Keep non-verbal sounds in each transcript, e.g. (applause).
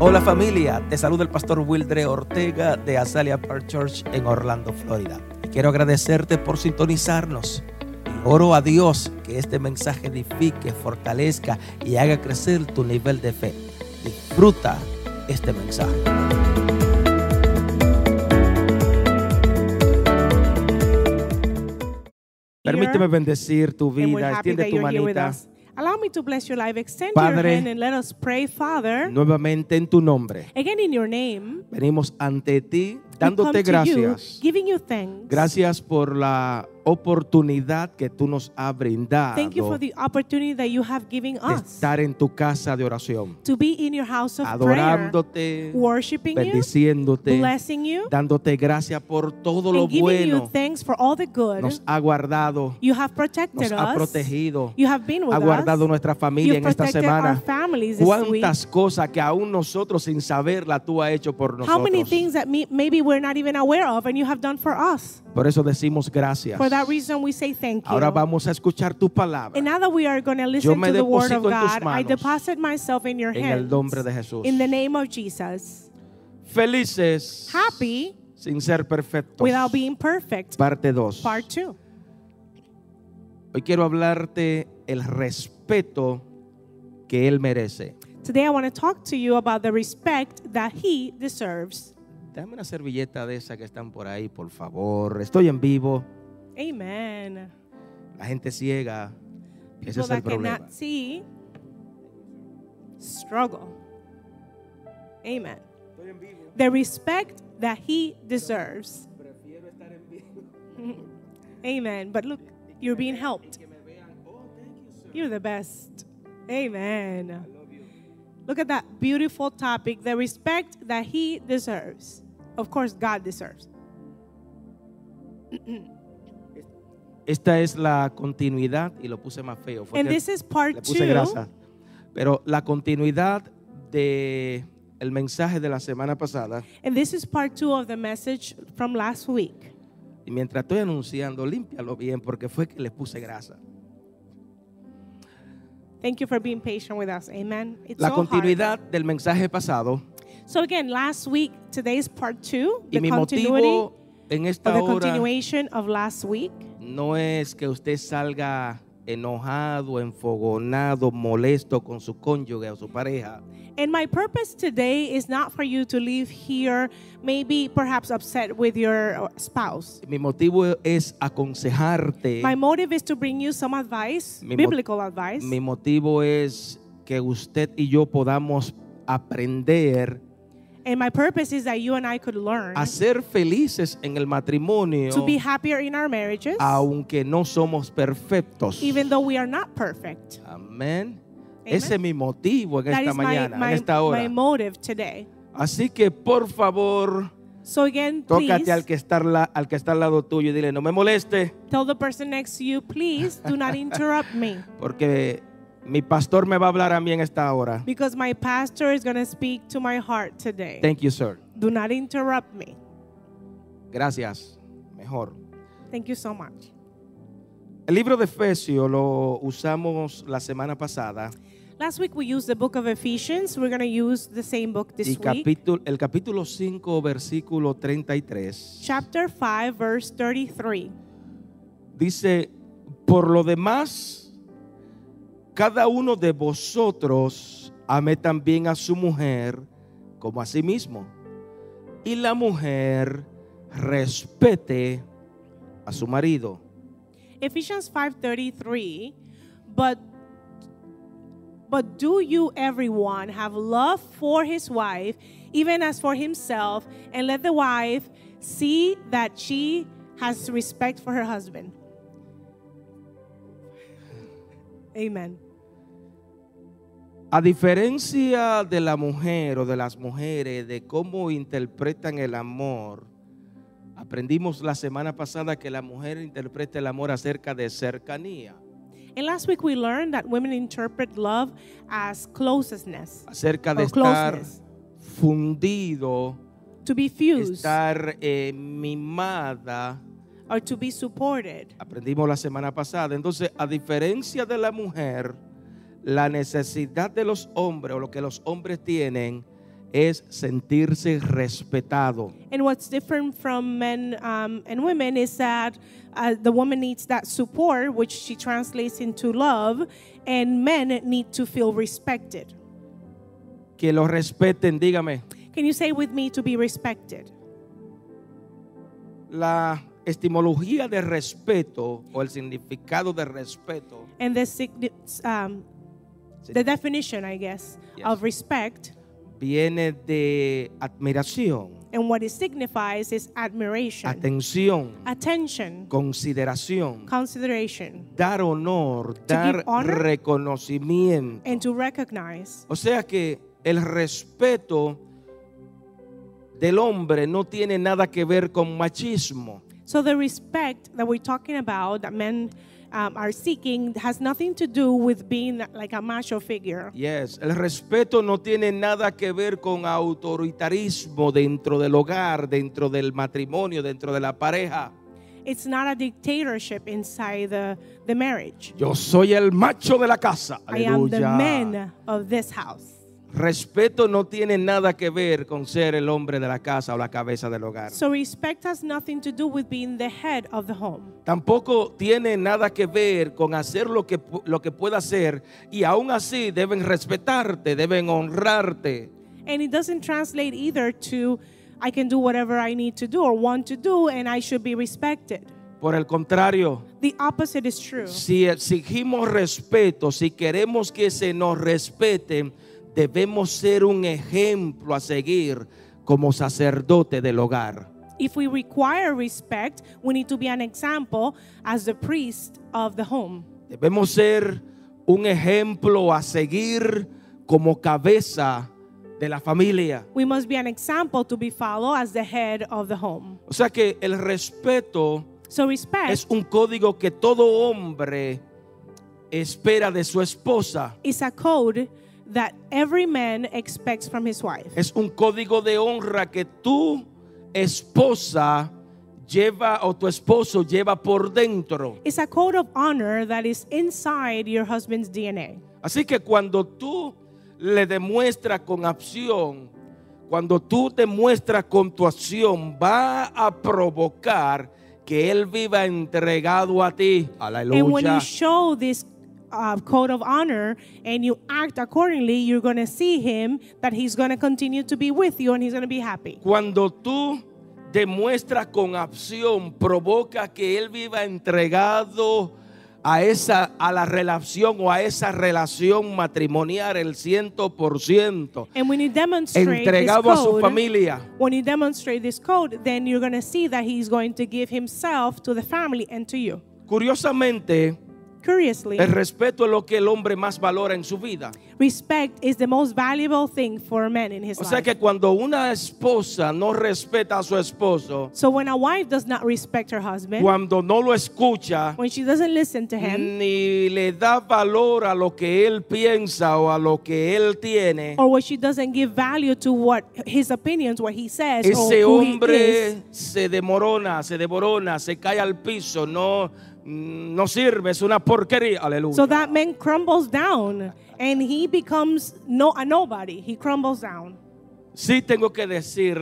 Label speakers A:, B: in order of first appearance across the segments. A: Hola familia, te saluda el pastor Wildre Ortega de Azalea Park Church en Orlando, Florida. Y quiero agradecerte por sintonizarnos. Y oro a Dios que este mensaje edifique, fortalezca y haga crecer tu nivel de fe. Disfruta este mensaje. Permíteme bendecir tu
B: And we're
A: vida,
B: happy
A: extiende
B: that
A: tu
B: you're here with
A: manita
B: us. Allow me to bless your life. Extend your
A: Padre.
B: hand and let us pray, Father.
A: nuevamente en tu nombre.
B: Again, in your name,
A: Venimos ante ti
B: we
A: dándote
B: come to you,
A: gracias.
B: giving you thanks.
A: Gracias por la oportunidad que tú nos has brindado
B: Thank you for
A: de
B: the opportunity that you have given us
A: estar en tu casa de oración,
B: to be in your house of
A: adorándote,
B: prayer, worshiping you,
A: bendiciéndote,
B: blessing you,
A: dándote gracias por todo lo
B: and giving you
A: bueno.
B: thanks for all the good.
A: Nos ha guardado,
B: you have
A: nos
B: protected
A: ha
B: us.
A: protegido,
B: you have been with
A: ha guardado
B: us.
A: nuestra familia en
B: You've
A: esta
B: protected our
A: semana.
B: families this week.
A: Cuántas cosas que aún nosotros sin saberla tú has hecho por
B: How many
A: nosotros.
B: things that me- maybe we're not even aware of and you have done for us.
A: Por eso decimos gracias.
B: For that reason, we say thank you.
A: Ahora vamos a escuchar tu palabra
B: And now that we are going to listen
A: me
B: to the word of
A: deposito en tus
B: God, I
A: manos.
B: deposit myself in your
A: en
B: hands.
A: el nombre de Jesús.
B: In the name of Jesus.
A: Felices
B: Happy
A: sin ser perfectos.
B: without being perfect.
A: Parte 2.
B: Part 2.
A: Hoy quiero hablarte el respeto que él merece.
B: Today, I want to talk to you about the respect that he deserves.
A: Dame una servilleta de esas que están por ahí, por favor. Estoy en vivo.
B: Amen.
A: La gente ciega. Ese
B: People
A: es el
B: that
A: problema.
B: cannot see struggle. Amen. The respect that he deserves. (laughs) Amen. But look, you're being helped. You're the best. Amen. Look at that beautiful topic the respect that he deserves. Of course, God deserves.
A: Esta es la continuidad y lo puse más feo. fue
B: And
A: que
B: this is part
A: le puse
B: two.
A: grasa. Pero la continuidad de el mensaje de la semana pasada
B: And this is part two of the message from last week.
A: Y mientras estoy anunciando, límpialo bien porque fue que le puse grasa.
B: Thank you for being patient with us. Amen. It's
A: La
B: so hard.
A: continuidad del mensaje pasado
B: So again, last week, today's part two,
A: y
B: the
A: mi
B: continuity
A: motivo en
B: or
A: esta
B: the
A: hora
B: continuation of last week.
A: no es que usted salga enojado, enfogonado, molesto con su cónyuge o su pareja,
B: And my purpose today is not for you to leave here maybe perhaps upset with your spouse.
A: mi motivo es aconsejarte,
B: My motive is to bring you some advice,
A: Mi mot-
B: biblical advice.
A: mi motivo es que usted y yo podamos aprender
B: and my purpose is that you and I could learn
A: a ser felices en el matrimonio,
B: to be happier in our marriages,
A: aunque no somos perfectos.
B: even though we are not perfect.
A: Amén.
B: Amen.
A: Ese es mi motivo en
B: That
A: esta
B: is my,
A: mañana,
B: my,
A: en esta hora.
B: my motive today.
A: Así que por favor,
B: So again,
A: tócate
B: please,
A: al que está al la- al que está al lado tuyo y dile, no me moleste,
B: tell the person next to you, please do not interrupt me.
A: porque mi pastor me va a hablar a mí en esta hora.
B: Because my pastor is going to speak to my heart today.
A: Thank you, sir.
B: Do not interrupt me.
A: Gracias. Mejor.
B: Thank you so much.
A: El libro de Efesios lo usamos la semana pasada
B: Last week we used the book of Ephesians. We're going to use the same book this
A: y
B: week.
A: capítulo, el capítulo 5, versículo 33.
B: Chapter 5, verse 33.
A: Dice, por lo demás, cada uno de vosotros ame también a su mujer como a sí mismo. Y la mujer respete a su marido.
B: Ephesians 5:33 but but do you everyone have love for his wife even as for himself and let the wife see that she has respect for her husband Amen
A: A diferencia de la mujer o de las mujeres, de cómo interpretan el amor, aprendimos la semana pasada que la mujer interpreta el amor acerca de cercanía,
B: and last week we learned that women interpret love as closeness
A: acerca de
B: or
A: estar
B: Oh, closeness
A: fundido
B: to be fused
A: estar eh, mimada.
B: or to be supported
A: Aprendimos la semana pasada. Entonces, a diferencia de la mujer, la necesidad de los hombres o lo que los hombres tienen es sentirse respetado.
B: And what's different from men um, and women is that uh, the woman needs that support, which she translates into love, and men need to feel respected.
A: Que lo respeten, dígame.
B: Can you say with me to be respected?
A: La etimología de respeto o el significado de respeto
B: And the, signi- um, the
A: Signi-
B: definition, I guess,
A: Yes.
B: of respect
A: viene de admiración,
B: and what it signifies is admiration,
A: atención,
B: attention,
A: consideración,
B: consideration,
A: dar honor, dar
B: honor
A: reconocimiento.
B: and to recognize.
A: O sea que el respeto del hombre no tiene nada que ver con machismo.
B: So the respect that we're talking about that men um, are seeking has nothing to do with being like a macho figure.
A: Yes, el respeto no tiene nada que ver con autoritarismo dentro del hogar, dentro del matrimonio, dentro de la pareja.
B: It's not a dictatorship inside the, the marriage.
A: Yo soy el macho de la casa.
B: I am the
A: Aleluya.
B: man of this house.
A: Respeto no tiene nada que ver con ser el hombre de la casa o la cabeza del hogar.
B: So respect has nothing to do with being the head of the home.
A: Tampoco tiene nada que ver con hacer lo que, pu- lo que pueda hacer y aún así deben respetarte, deben honrarte.
B: And it doesn't translate either to I can do whatever I need to do or want to do and I should be respected.
A: Por el contrario,
B: The opposite is true.
A: si exigimos respeto, si queremos que se nos respeten, debemos ser un ejemplo a seguir como sacerdote del hogar.
B: If we require respect, we need to be an example as the priest of the home.
A: Debemos ser un ejemplo a seguir como cabeza de la familia.
B: We must be an example to be followed as the head of the home.
A: O sea que el respeto
B: So respect
A: es un código que todo hombre espera de su esposa.
B: is a code that every man expects from his wife.
A: Es un código de honra que tu esposa lleva o tu esposo lleva por dentro.
B: It's a code of honor that is inside your husband's DNA.
A: Así que cuando tú le demuestras con acción, cuando tú demuestras con tu acción, va a provocar que él viva entregado a ti.
B: And when
A: Aleluya.
B: you show this uh, code of honor and you act accordingly, you're going to see him that he's going to continue to be with you and he's going to be happy.
A: Cuando tú demuestras con acción, provoca que él viva entregado a esa, a la relación o a esa relación matrimonial el ciento por ciento,
B: And when you demonstrate this
A: entregado a su
B: code,
A: familia.
B: when you demonstrate this code, then you're going to see that he's going to give himself to the family and to you.
A: Curiosamente,
B: Curiously,
A: el respeto es lo que el hombre más valora en su vida.
B: respect is the most valuable thing for a man in his
A: O sea
B: life.
A: que cuando una esposa no respeta a su esposo,
B: so when a wife does not respect her husband,
A: cuando no lo escucha,
B: when she doesn't listen to him,
A: ni le da valor a lo que él piensa o a lo que él tiene,
B: or when she doesn't give value to what his opinions, what he says, or
A: ese
B: who he is,
A: hombre se demorona, se devorona, se cae al piso, no, mm, no sirve, es una porquería. Aleluya.
B: so that man crumbles down and he becomes no a nobody. He crumbles down.
A: sí tengo que decir,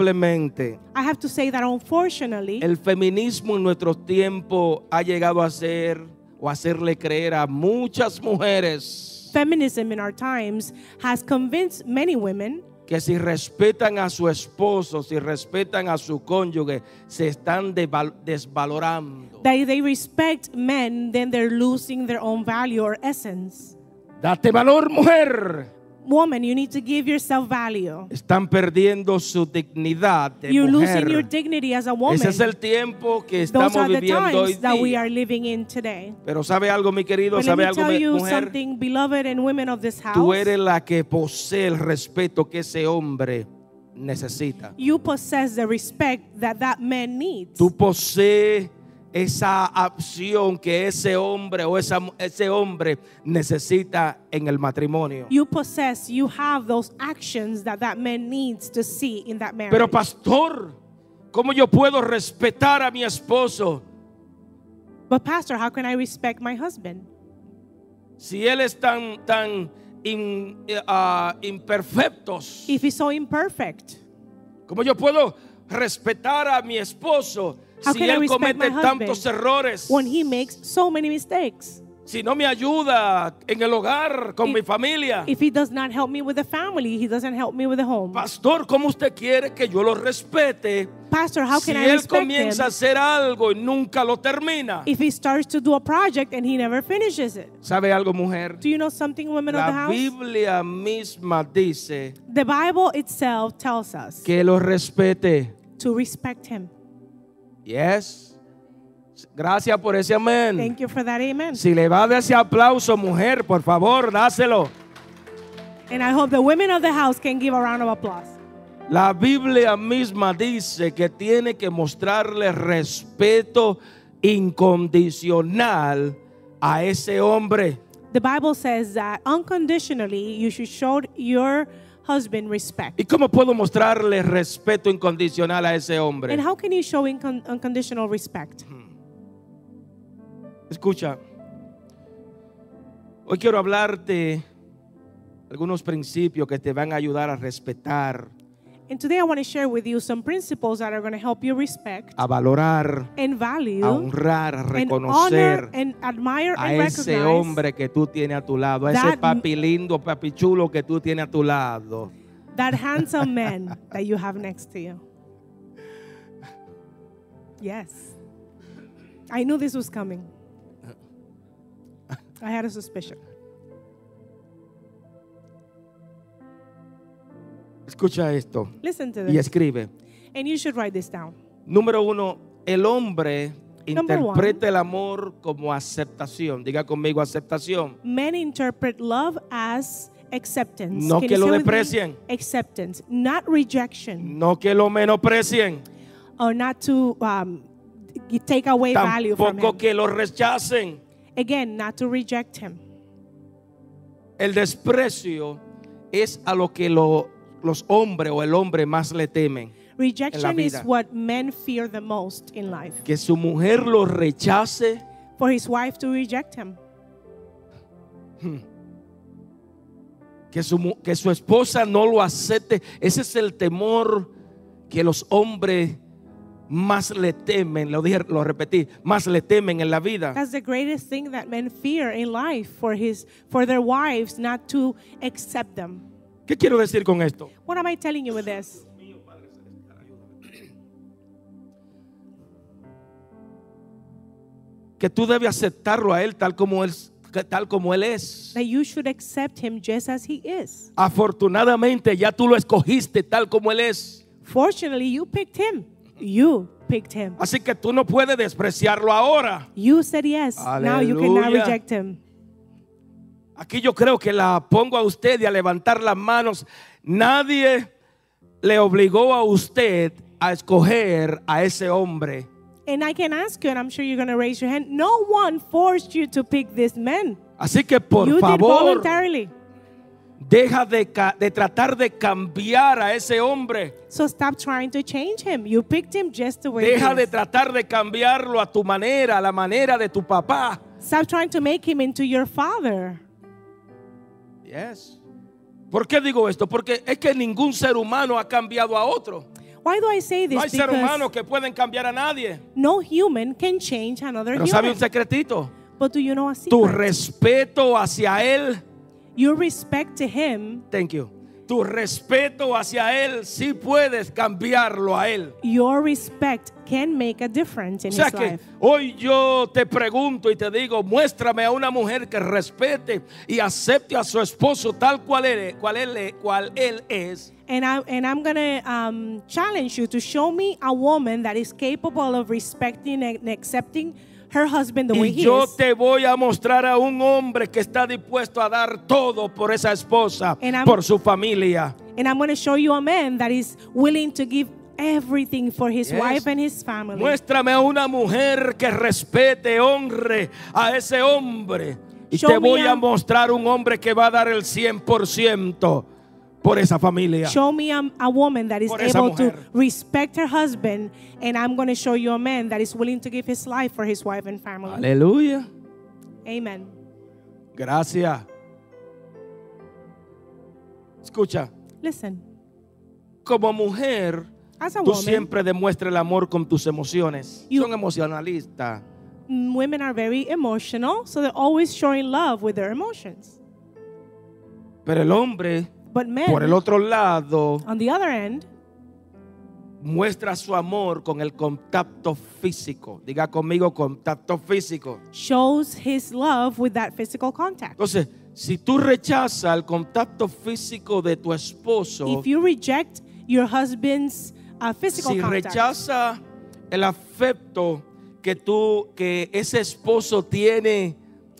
A: lamentablemente,
B: I have to say that unfortunately,
A: el feminismo en nuestros tiempos ha llegado a ser o hacerle creer a muchas mujeres
B: feminism in our times has convinced many women
A: que si respetan a su esposo, si respetan a su cónyuge, se están deval- desvalorando.
B: that if they respect men, then they're losing their own value or essence.
A: Date valor, mujer.
B: Woman, you need to give yourself value.
A: Están perdiendo su dignidad de
B: You're losing your
A: mujer.
B: dignity as a woman.
A: Ese es el tiempo que
B: Those
A: estamos
B: are the
A: viviendo hoy
B: times that we
A: día.
B: are living in today.
A: Pero sabe algo, mi querido,
B: But let
A: sabe
B: me
A: algo,
B: tell
A: mi-
B: you
A: mujer.
B: something, beloved and women of this
A: Tú
B: house.
A: eres la que posee el respeto que ese hombre necesita.
B: You possess the respect that that man needs.
A: Tú posees esa acción que ese hombre o esa, mu- ese hombre necesita en el matrimonio.
B: You possess, you have those actions that that man needs to see in that marriage.
A: Pero pastor, ¿cómo yo puedo respetar a mi esposo
B: but pastor, how can I respect my husband?
A: si él es tan tan in- eh, ah, imperfectos.
B: if it's so imperfect?
A: ¿Cómo yo puedo respetar a mi esposo
B: How
A: si
B: can I
A: él
B: respect
A: comete
B: my
A: tantos
B: husband
A: errores?
B: When he makes so many mistakes,
A: Si no me ayuda en el hogar, con
B: If-
A: mi familia.
B: if he does not help me with the family, he doesn't help me with the home.
A: Pastor, ¿cómo usted quiere que yo lo respete?
B: Pastor, how
A: si
B: can I
A: él
B: respect him
A: comienza a hacer algo y nunca lo termina.
B: if he starts to do a project and he never finishes it?
A: ¿Sabe algo, mujer?
B: Do you know something, women of the
A: La
B: house?
A: Biblia misma dice
B: The Bible itself tells us
A: que lo respete.
B: to respect him.
A: Yes. Gracias por ese amén.
B: Thank you for that, amen.
A: Mm. Si le va a dar ese aplauso, mujer, por favor, dáselo.
B: And I hope the women of the house can give a round of applause.
A: La Biblia misma dice que tiene que mostrarle respeto incondicional a ese hombre.
B: The Bible says that unconditionally you should show your husband respect.
A: ¿Y cómo puedo mostrarle respeto incondicional a ese hombre?
B: And how can you show incon- unconditional respect?
A: Escucha, hoy quiero hablarte algunos principios que te van a ayudar a respetar,
B: And today I want to share with you some principles that are going to help you respect
A: a valorar,
B: and value
A: a honrar,
B: and honor
A: a reconocer
B: and admire
A: a
B: and
A: ese
B: recognize
A: hombre que tú tienes a tu lado, a ese
B: that-
A: papi lindo, papi chulo que tú tienes a tu lado. (laughs)
B: that handsome man that you have next to you. Yes. I knew this was coming. I had a suspicion.
A: Escucha esto
B: Listen to
A: y
B: this.
A: escribe.
B: And you should write this down.
A: Número uno, el hombre
B: Number one.
A: interpreta el amor como aceptación. Diga conmigo aceptación.
B: Men interpret love as acceptance.
A: No
B: Can
A: que
B: you
A: lo
B: say with me?
A: desprecien.
B: Acceptance, not rejection,
A: No que lo menosprecien,
B: or not to um, y- take away value from him.
A: tampoco que lo rechacen.
B: Again, not to reject him.
A: El desprecio es a lo que lo- los hombres o el hombre más le temen.
B: Rejection is
A: vida.
B: what men fear the most in life.
A: Que su mujer lo rechace
B: For his wife to reject him.
A: que su, mu- que su esposa no lo acepte. Ese es el temor que los hombres más le temen. Lo dije, lo repetí, más le temen en la vida.
B: That's the greatest thing that men fear in life for his for their wives not to accept them.
A: ¿Qué quiero decir con esto?
B: What am I telling you with this?
A: Que tú debes aceptarlo a él tal como él, que tal como él es.
B: That you should accept him just as he is.
A: Afortunadamente ya tú lo escogiste tal como él es.
B: Fortunately, you picked him. You picked him.
A: Así que tú no puedes despreciarlo ahora.
B: You said yes. Now you cannot
A: Hallelujah.
B: reject him.
A: Aquí yo creo que la pongo a usted y a levantar las manos. Nadie le obligó a usted a escoger a ese hombre.
B: And I can ask you, and I'm sure you're going to raise your hand. No one forced you to pick this man.
A: Así que por
B: you did
A: favor,
B: voluntarily.
A: deja de, ca- de tratar de cambiar a ese hombre.
B: So stop trying to change him. You picked him just the way
A: Deja
B: he
A: de
B: is.
A: tratar de cambiarlo a tu manera, a la manera de tu papá.
B: Stop trying to make him into your father.
A: Yes. ¿Por qué digo esto? Porque es que ningún ser humano ha cambiado a otro.
B: Why do I say this?
A: No hay ser humano que pueden cambiar a nadie.
B: no human can change another
A: Pero sabe
B: human.
A: un secretito.
B: But do you know a
A: Tu
B: secret?
A: respeto hacia él
B: Your respect to him,
A: Thank you. Tu respeto hacia él, si puedes cambiarlo a él.
B: your respect can make a difference in
A: O sea
B: his
A: que
B: life.
A: hoy yo te pregunto y te digo, muéstrame a una mujer que respete y acepte a su esposo tal cual él es, cual él, es- cual él es.
B: And I and I'm gonna um, challenge you to show me a woman that is capable of respecting and accepting her husband the way
A: Y
B: he
A: yo
B: is.
A: te voy a mostrar a un hombre que está dispuesto a dar todo por esa esposa,
B: And I'm-
A: por su familia.
B: And I'm gonna show you a man that is willing to give everything for his
A: Yes.
B: wife and his family.
A: Muéstrame a una mujer que respete, honre a ese hombre. Y
B: Show
A: te
B: me
A: voy a
B: a-
A: mostrar un hombre que va a dar el 100% por esa familia.
B: Show me a, a woman that is
A: Por esa
B: able to
A: mujer.
B: respect her husband, and I'm going to show you a man that is willing to give his life for his wife and family.
A: Aleluya.
B: Amen.
A: Gracias. Escucha,
B: Listen,
A: como mujer,
B: as a
A: tú
B: woman,
A: siempre demuestra el amor con tus emociones.
B: You-
A: Son emocionalistas.
B: mm, women are very emotional, so they're always showing love with their emotions.
A: Pero el hombre,
B: But men,
A: por el otro lado,
B: on the other end,
A: muestra su amor con el contacto físico. Diga conmigo, contacto físico.
B: shows his love with that physical contact.
A: Entonces, si tú rechazas el contacto físico de tu esposo,
B: If you reject your husband's uh, physical
A: si
B: contact,
A: rechaza el afecto que tú que ese esposo tiene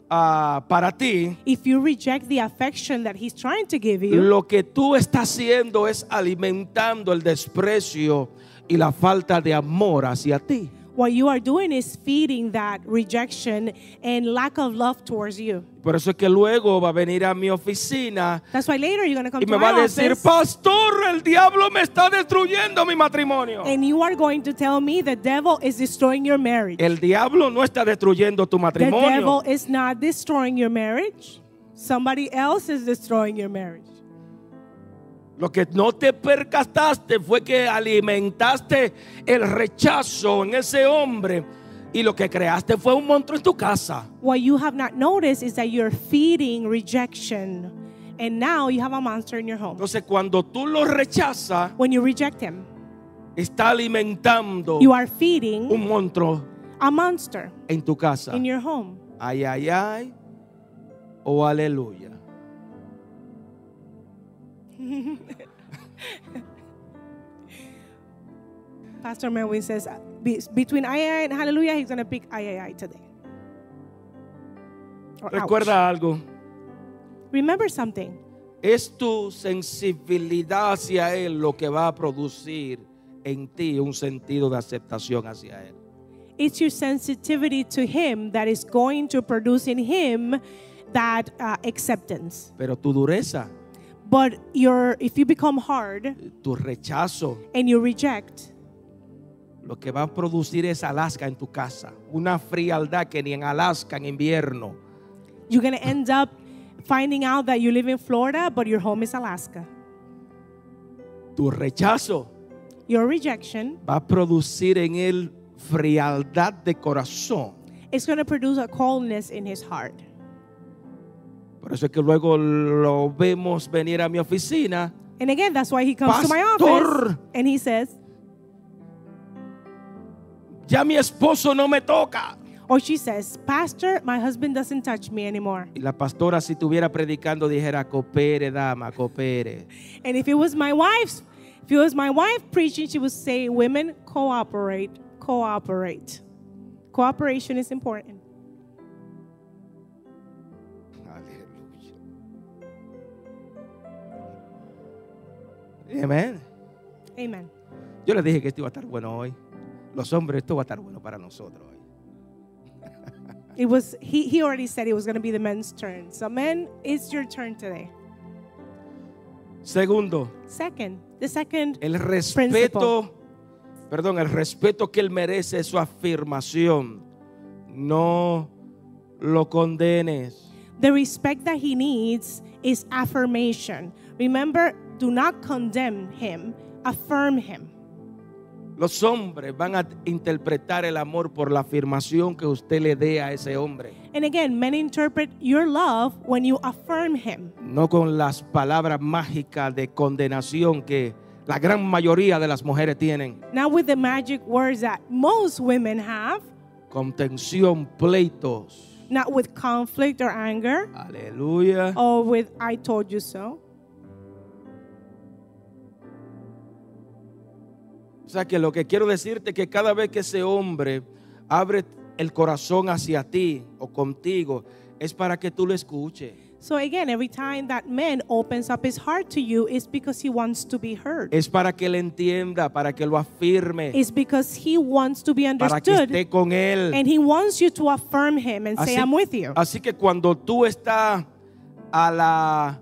A: ah, para ti,
B: if you reject the affection that he's trying to give you,
A: lo que tú estás haciendo es alimentando el desprecio y la falta de amor hacia ti.
B: what you are doing is feeding that rejection and lack of love towards you.
A: Por eso es que luego va a venir a mi oficina
B: That's why later you're going to come
A: y
B: to
A: me
B: my
A: va a decir,
B: office
A: pastor, el diablo me está destruyendo mi matrimonio.
B: and you are going to tell me the devil is destroying your marriage.
A: El diablo no está destruyendo tu
B: The devil
A: matrimonio.
B: is not destroying your marriage. Somebody else is destroying your marriage.
A: Lo que no te percataste fue que alimentaste el rechazo en ese hombre y lo que creaste fue un monstruo en tu casa.
B: What you have not noticed is that you're feeding rejection, and now you have a monster in your home.
A: Entonces cuando tú lo rechazas,
B: When you reject him,
A: está alimentando
B: you are feeding
A: un monstruo
B: a monster
A: en tu casa.
B: in your home.
A: Ay, ay, ay. O aleluya.
B: Pastor Merwin says uh, be- between II and Hallelujah, he's going to pick III today. Or ouch.
A: Recuerda algo.
B: Remember something.
A: Es tu sensibilidad hacia Él lo que va a producir en ti un sentido de aceptación hacia Él.
B: It's your sensitivity to him that is going to produce in him that uh, acceptance.
A: Pero tu dureza,
B: But your if you become hard
A: tu rechazo,
B: and you reject,
A: lo que va a producir es Alaska en tu casa. Una frialdad que ni en Alaska en invierno.
B: you're going to end up finding out that you live in Florida but your home is Alaska.
A: Tu rechazo
B: Your rejection
A: va a producir en Él frialdad de corazón.
B: is going to produce a coldness in his heart.
A: Por eso es que luego lo vemos venir a mi oficina.
B: And again, that's why he comes to my office
A: Pastor.
B: and he says,
A: Ya mi esposo no me toca.
B: or she says, Pastor, my husband doesn't touch me anymore.
A: Y la pastora si estuviera predicando dijera, coopere, dama, coopere.
B: And if it was my wife's, if it was my wife preaching, she would say, Women, cooperate, cooperate. Cooperation is important.
A: Aleluya. Amén.
B: Amen.
A: Yo les dije que esto iba a estar bueno hoy. Los hombres, esto va a estar bueno para nosotros hoy.
B: It was he he already said it was gonna be the men's turn. So men, it's your turn today.
A: Segundo,
B: Second, the second
A: el respeto, perdón, el respeto que él merece es su afirmación. No lo condenes.
B: the respect that he needs is affirmation. Remember, do not condemn him, affirm him.
A: Los hombres van a interpretar el amor por la afirmación que usted le dé a ese hombre.
B: And again, men interpret your love when you affirm him,
A: no con las palabras mágicas de condenación que la gran mayoría de las mujeres tienen.
B: not with the magic words that most women have,
A: Contención, pleitos.
B: not with conflict or anger,
A: Aleluya.
B: or with I told you so.
A: O sea que lo que quiero decirte es que cada vez que ese hombre abre el corazón hacia ti o contigo, es para que tú lo escuches.
B: So again, every time that man opens up his heart to you, it's because he wants to be heard.
A: Es para que le entienda, para que lo afirme,
B: It's because he wants to be
A: para que
B: understood
A: esté con él.
B: and he wants you to affirm him and say, I'm with you.
A: así que cuando tú estás a la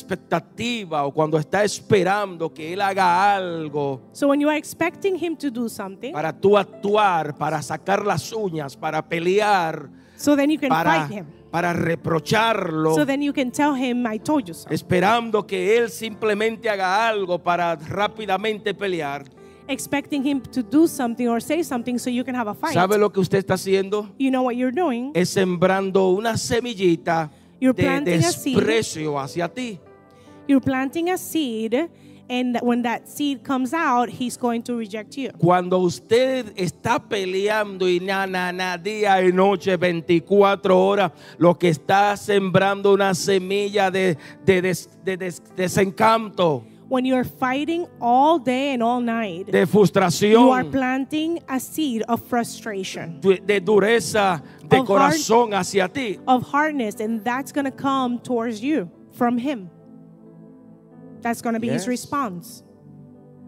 A: expectativa o cuando estás esperando que Él haga algo
B: So when you are expecting him to do something,
A: para tú actuar, para sacar las uñas, para pelear,
B: so then you can
A: para,
B: fight him.
A: para reprocharlo,
B: So then you can tell him, I told you so.
A: esperando que él simplemente haga algo para rápidamente pelear.
B: Expecting him to do something or say something so you can have a fight.
A: ¿Sabe lo Eh. que usted está haciendo?
B: You know what you're doing.
A: Es sembrando una semillita
B: You're
A: de
B: planting a seed.
A: desprecio hacia ti.
B: You're planting a seed, and that- when that seed comes out, he's going to reject you.
A: Cuando usted está peleando y na, na, na, día y noche, 24 horas, lo que está sembrando una semilla de, de des- de des- desencanto,
B: When you're fighting all day and all night,
A: de
B: you are
A: frustración,
B: planting a seed of frustration,
A: du- de dureza de
B: Of
A: corazón hacia ti.
B: of hardness, and that's going to come towards you from him. That's going to be his
A: Yes.
B: response.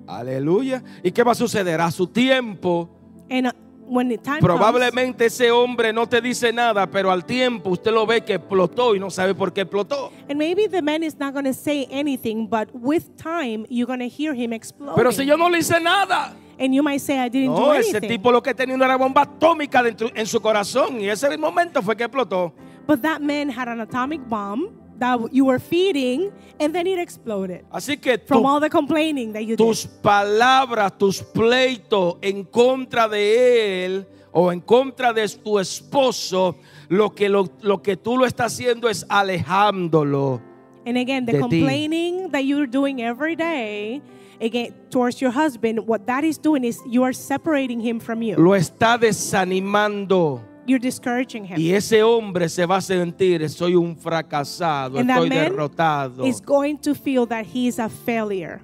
A: Aleluya. ¿Y qué va a suceder? A su tiempo,
B: And uh, when the time comes,
A: probablemente ese hombre no te dice nada, pero al tiempo usted lo ve que explotó y no sabe por qué explotó.
B: and maybe the man is not going to say anything, but with time, you're going to hear him explode.
A: Pero si yo no le hice nada.
B: and you might say, I didn't do
A: No, ese
B: anything.
A: tipo lo que tenía era una bomba atómica dentro, en su corazón y ese era el momento fue que explotó.
B: But that man had an atomic bomb that you were feeding, and then it exploded
A: Así que
B: from
A: tu-
B: all the complaining that you
A: tus
B: did.
A: palabras, tus pleitos en contra de él o en contra de tu esposo, lo que, lo, lo que tú lo estás haciendo es alejándolo.
B: And again,
A: de
B: the
A: ti.
B: complaining that you're doing every day again towards your husband, what that is doing is you are separating him from you.
A: Lo está desanimando.
B: You're discouraging him.
A: Y ese hombre se va a sentir, soy un fracasado,
B: And that
A: estoy
B: man
A: derrotado.
B: He's going to feel that he is a failure.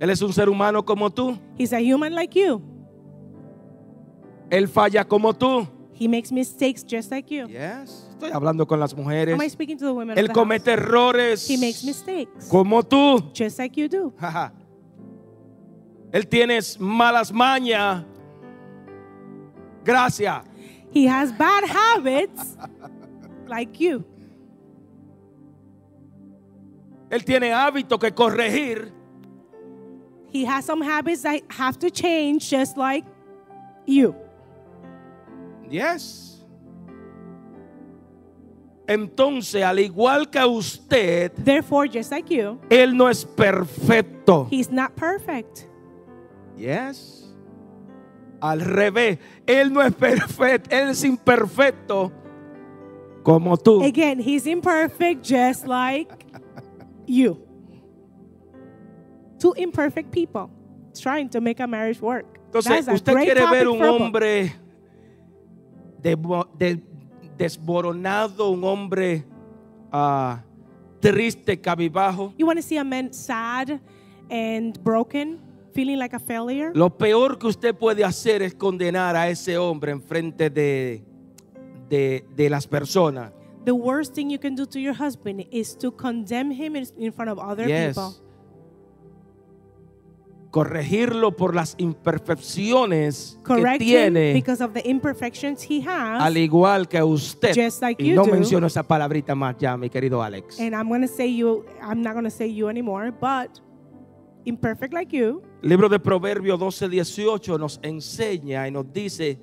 A: Él es un ser humano como tú.
B: He's a human like you.
A: Él falla como tú.
B: He makes mistakes just like you.
A: Yes. Estoy hablando con las mujeres.
B: Am I speaking to the women? of
A: Él
B: the house?
A: comete errores
B: He makes mistakes
A: como tú.
B: just like you do.
A: Jaja. (laughs) Él tiene malas mañas. Gracias.
B: He has bad habits
A: (laughs)
B: like you.
A: Él tiene hábitos que corregir.
B: He has some habits that have to change just like you.
A: Yes. Entonces, al igual que usted,
B: Therefore, just like you,
A: él no es perfecto.
B: he's not perfect.
A: Yes. Al revés, él no es perfecto, él es imperfecto como tú.
B: Again, he's imperfect just like you. Two imperfect people trying to make a marriage work.
A: Entonces,
B: That's a
A: usted
B: great
A: quiere
B: topic
A: ver un
B: for a book.
A: hombre debo- de- desboronado, un hombre ah, triste, cabibajo.
B: You want to see a man sad and broken, feeling like a failure?
A: Lo peor que usted puede hacer es condenar a ese hombre en frente de, de- de las personas.
B: The worst thing you can do to your husband is to condemn him in in front of other
A: Yes.
B: people.
A: Corregirlo por las imperfecciones que
B: correct him
A: tiene,
B: because of the imperfections he has.
A: al igual que usted.
B: Just like
A: y
B: you
A: no
B: do.
A: menciono esa palabrita más ya, mi querido Alex.
B: And I'm gonna say you. I'm not gonna say you anymore, but imperfect like you.
A: El libro de Proverbio 12, 18 nos enseña y nos dice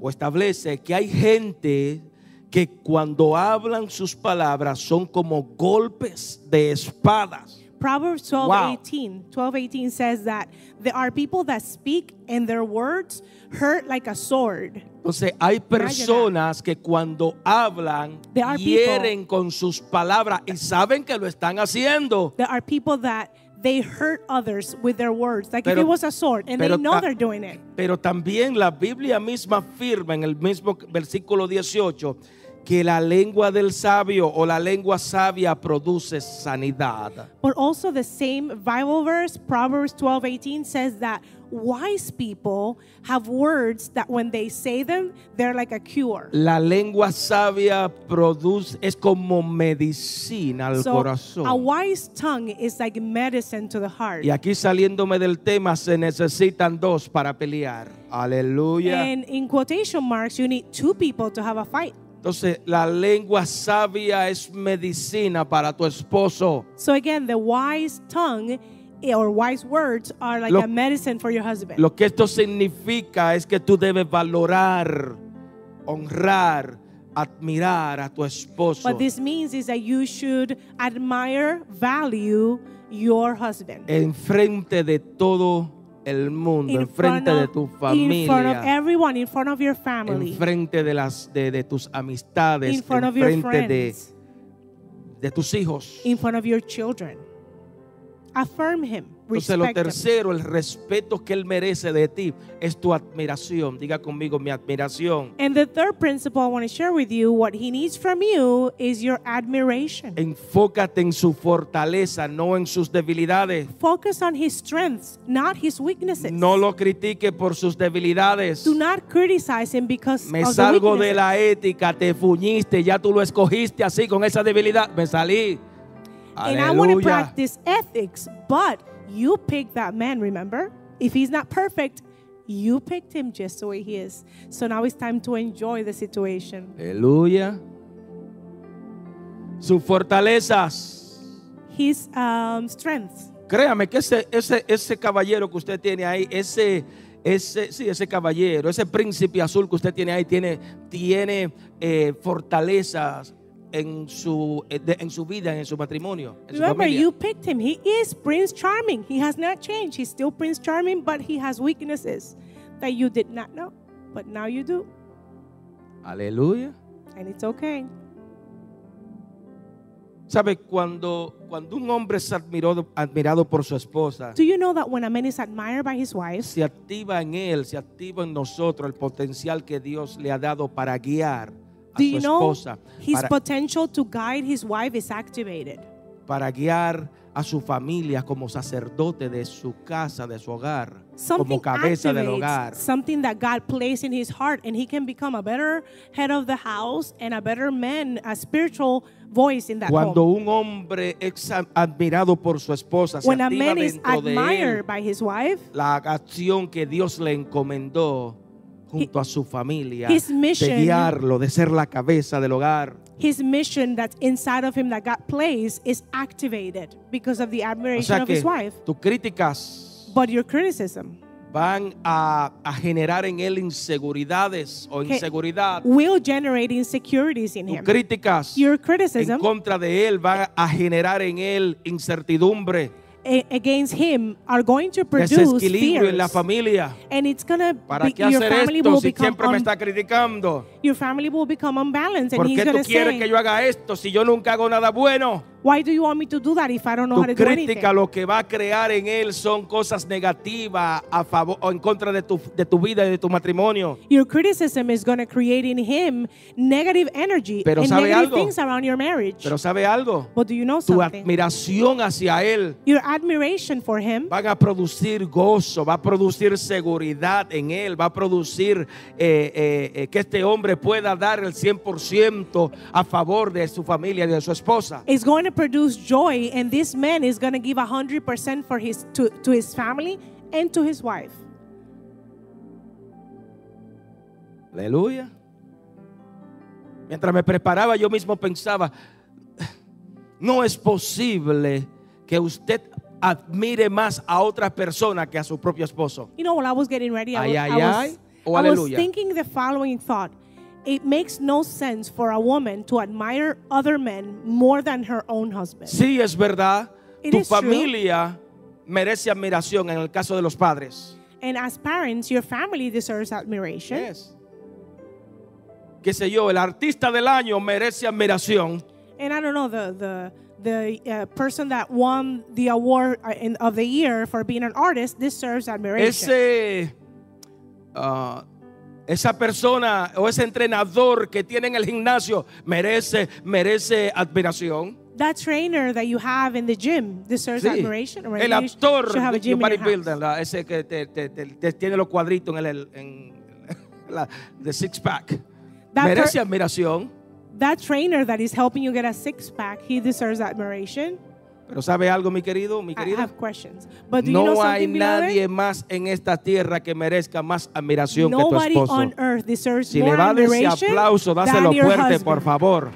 A: o establece que hay gente que cuando hablan sus palabras son como golpes de espadas.
B: Proverbs 12,
A: Wow.
B: 18. 12, 18 says that there are people that speak and their words hurt like a sword.
A: Entonces hay personas que cuando hablan
B: There are
A: hieren con sus palabras y saben que lo están haciendo.
B: There are people that they hurt others with their words, like if
A: Pero-
B: it was a sword, and
A: pero
B: they know
A: ta-
B: they're doing it.
A: Pero también la Biblia misma afirma en el mismo versículo 18 que la lengua del sabio o la lengua sabia produce sanidad.
B: But also the same Bible verse, Proverbs 12, 18 says that wise people have words that when they say them, they're like a cure.
A: La lengua sabia produce es como medicina al corazón.
B: a wise tongue is like medicine to the heart.
A: Y aquí saliéndome del tema se necesitan dos para pelear. Aleluya.
B: And in quotation marks, you need two people to have a fight.
A: Entonces, la lengua sabia es medicina para tu esposo.
B: So again, the wise tongue eh, or wise words are like
A: Lo-
B: a medicine for your husband.
A: Lo que esto significa es que tú debes valorar, honrar, admirar a tu esposo.
B: What this means is that you should admire, value your husband
A: enfrente de todo el mundo, enfrente de tu
B: in front of
A: familia,
B: everyone, in front of your family,
A: enfrente de las de, de tus amistades,
B: in front of your
A: enfrente de,
B: friends,
A: de tus hijos.
B: in front of your children. Affirm him.
A: Entonces lo
B: Respect him.
A: tercero, el respeto que él merece de ti es tu admiración. Diga conmigo mi admiración.
B: And the third principle I want to share with you what he needs from you is your admiration.
A: Enfócate en su fortaleza, no en sus debilidades.
B: Focus on his strengths, not his weaknesses.
A: No lo critique por sus debilidades.
B: Do not criticize him because
A: Me
B: of the
A: salgo
B: weaknesses.
A: de la ética, te fuñiste, ya tú lo escogiste así con esa debilidad. Me salí.
B: And I want to
A: Aleluya.
B: practice ethics, but you picked that man, remember? If he's not perfect, you picked him just the way he is. So now it's time to enjoy the situation.
A: Aleluya. Sus fortalezas.
B: His um, strengths.
A: Créame que ese, ese, ese caballero que usted tiene ahí, ese, ese, sí, ese caballero, ese príncipe azul que usted tiene ahí, tiene, tiene eh, fortalezas en su, eh, de- en su vida, en su matrimonio. En su
B: Remember,
A: familia.
B: you picked him. He is Prince Charming. He has not changed. He's still Prince Charming, but he has weaknesses that you did not know, but now you do,
A: Aleluya.
B: and it's okay.
A: ¿Sabe? Cuando, cuando un hombre es admirado, admirado por su esposa,
B: Do you know that when a man is admired by his wife,
A: se activa en él, se activa en nosotros el potencial que Dios le ha dado para guiar
B: do
A: a su
B: you know
A: esposa,
B: his
A: para,
B: potential to guide his wife is activated?
A: para guiar a su familia como sacerdote de su casa, de su hogar,
B: Something
A: como cabeza del
B: activates
A: hogar.
B: something that God placed in his heart, and he can become a better head of the house and a better man, a spiritual voice in that
A: Cuando
B: home.
A: un hombre es a- admirado por su esposa, se
B: When a
A: activa
B: man is
A: dentro de él
B: admired by his wife,
A: la acción que Dios le encomendó junto a su familia,
B: his
A: de
B: mission-
A: guiarlo, de ser la cabeza del hogar.
B: his mission that's inside of him that God plays is activated because of the
A: O
B: admiration
A: sea
B: of
A: que
B: his wife.
A: tus críticas
B: But your criticism
A: van a, a generar en él inseguridades o
B: Que-
A: inseguridad.
B: will generate insecurities in
A: Tus
B: him.
A: críticas
B: Your
A: en
B: criticism
A: contra de él van a generar en él incertidumbre,
B: a- against him are going to produce
A: desequilibrio en la
B: fears.
A: familia.
B: And it's gonna
A: ¿Para
B: be,
A: qué
B: your
A: hacer
B: family
A: esto
B: will
A: si
B: become
A: siempre me
B: un-
A: está criticando?
B: your family will become unbalanced and
A: ¿Por
B: he's
A: qué tú
B: going to
A: quieres
B: say
A: que yo haga esto si yo nunca hago nada bueno?
B: why do you want me to do that if i don't know
A: Tu
B: how to do
A: crítica
B: anything
A: lo que va a crear en él son cosas negativas a favor o en contra de tu, de tu vida y de tu matrimonio.
B: your criticism is going to create in him negative energy
A: Pero
B: and
A: ¿sabe
B: negative
A: algo?
B: things around your marriage
A: Pero ¿sabe algo?
B: but do you know
A: Tu
B: something
A: admiración hacia él
B: your admiration for him
A: van a producir gozo, va a producir seguridad en él, va a producir eh, eh, eh, que este hombre pueda dar el 100% a favor de su familia y de su esposa.
B: is going to produce joy and this man is going to give 100% for his to, to his family and to his wife
A: Aleluya. Mientras me preparaba yo mismo pensaba, no es posible que usted admire más a otra persona que a su propio esposo.
B: You know, while I was getting ready, I
A: Ay,
B: was,
A: ay,
B: I was-
A: ay, o
B: I was
A: aleluya.
B: thinking the following thought. It makes no sense for a woman to admire other men more than her own husband.
A: Sí, es verdad.
B: It
A: Tu
B: is true.
A: familia merece admiración en el caso de los padres.
B: And as parents, your family deserves admiration.
A: Yes. Qué sé yo, el artista del año merece admiración.
B: And I don't know, the, the, the uh, person that won the award uh, in, of the year for being an artist deserves admiration.
A: Ese, ah, esa persona o ese entrenador que tiene en el gimnasio merece, merece admiración.
B: that trainer that you have in the gym deserves
A: Sí.
B: admiration. or
A: El
B: you should
A: actor
B: have a
A: de
B: gym in your house.
A: bodybuilder, la- ese que te- te- te- te tiene los cuadritos en el en (laughs) la- de six pack,
B: That
A: merece
B: per-
A: admiración.
B: That trainer that is helping you get a six pack, he deserves admiration.
A: Pero sabe algo, mi querido, mi
B: I
A: querida.
B: have questions. But do you know
A: No hay
B: something,
A: nadie
B: beloved?
A: más en esta tierra que merezca más admiración que
B: Nobody
A: tu esposo.
B: on earth deserves
A: Si le
B: more
A: va a dar ese
B: admiration
A: aplauso, dáselo
B: than your
A: fuerte,
B: husband.
A: por favor.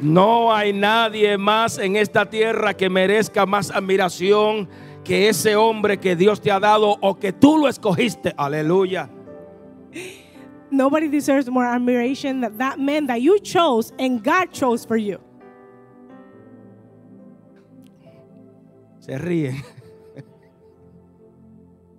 A: No hay nadie más en esta tierra que merezca más admiración que ese hombre que Dios te ha dado o que tú lo escogiste. Aleluya.
B: Nobody deserves more admiration than that man that you chose and God chose for you.
A: Se ríen.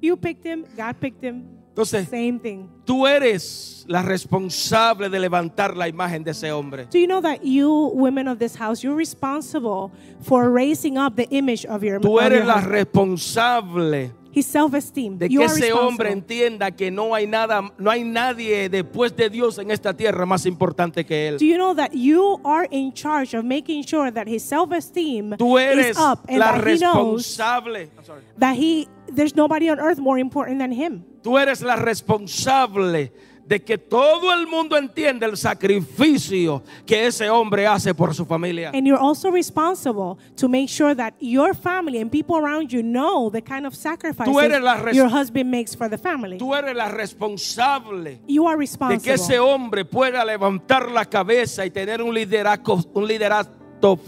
B: You picked him, God picked him.
A: Entonces,
B: Same thing.
A: tú eres la responsable de levantar la imagen de ese hombre.
B: Do you know that you women of this house, you're responsible for raising up the image of your,
A: Tú
B: of your
A: eres la
B: husband,
A: responsable
B: his self-esteem.
A: de
B: you
A: que
B: are
A: ese
B: responsible.
A: hombre entienda que no hay nada, no hay nadie después de Dios en esta tierra más importante que
B: Do
A: él.
B: you know that you are in charge of making sure that his self-esteem
A: Tú eres
B: is up and
A: la
B: that he knows
A: responsable. I'm sorry.
B: that he there's nobody on earth more important than him.
A: Tú eres la responsable de que todo el mundo entienda el sacrificio que ese hombre hace por su familia.
B: And you're also responsible to make sure that your family and people around you know the kind of sacrifices
A: Tú eres la res-
B: your husband makes for the family.
A: Tú eres la responsable
B: you are
A: de que ese
B: responsible
A: hombre pueda levantar la cabeza y tener un liderazgo, un liderazgo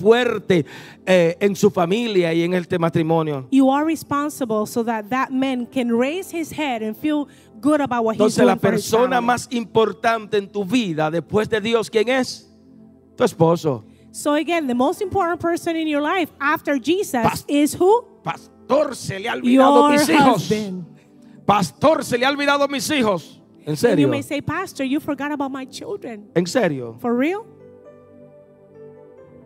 A: fuerte eh, en su familia y en este matrimonio.
B: you are responsible so that that man can raise his head and feel good about what he's
A: Entonces
B: doing
A: la
B: for his
A: persona
B: family.
A: más importante en tu vida después de Dios, ¿quién es? Tu esposo,
B: So again, the most important person in your life after Jesus
A: Pas-
B: is who?
A: pastor, se le ha olvidado
B: Your
A: mis hijos.
B: husband.
A: Pastor, se le ha olvidado mis hijos. En
B: And you
A: serio.
B: may say, Pastor, you forgot about my children.
A: En serio.
B: For real?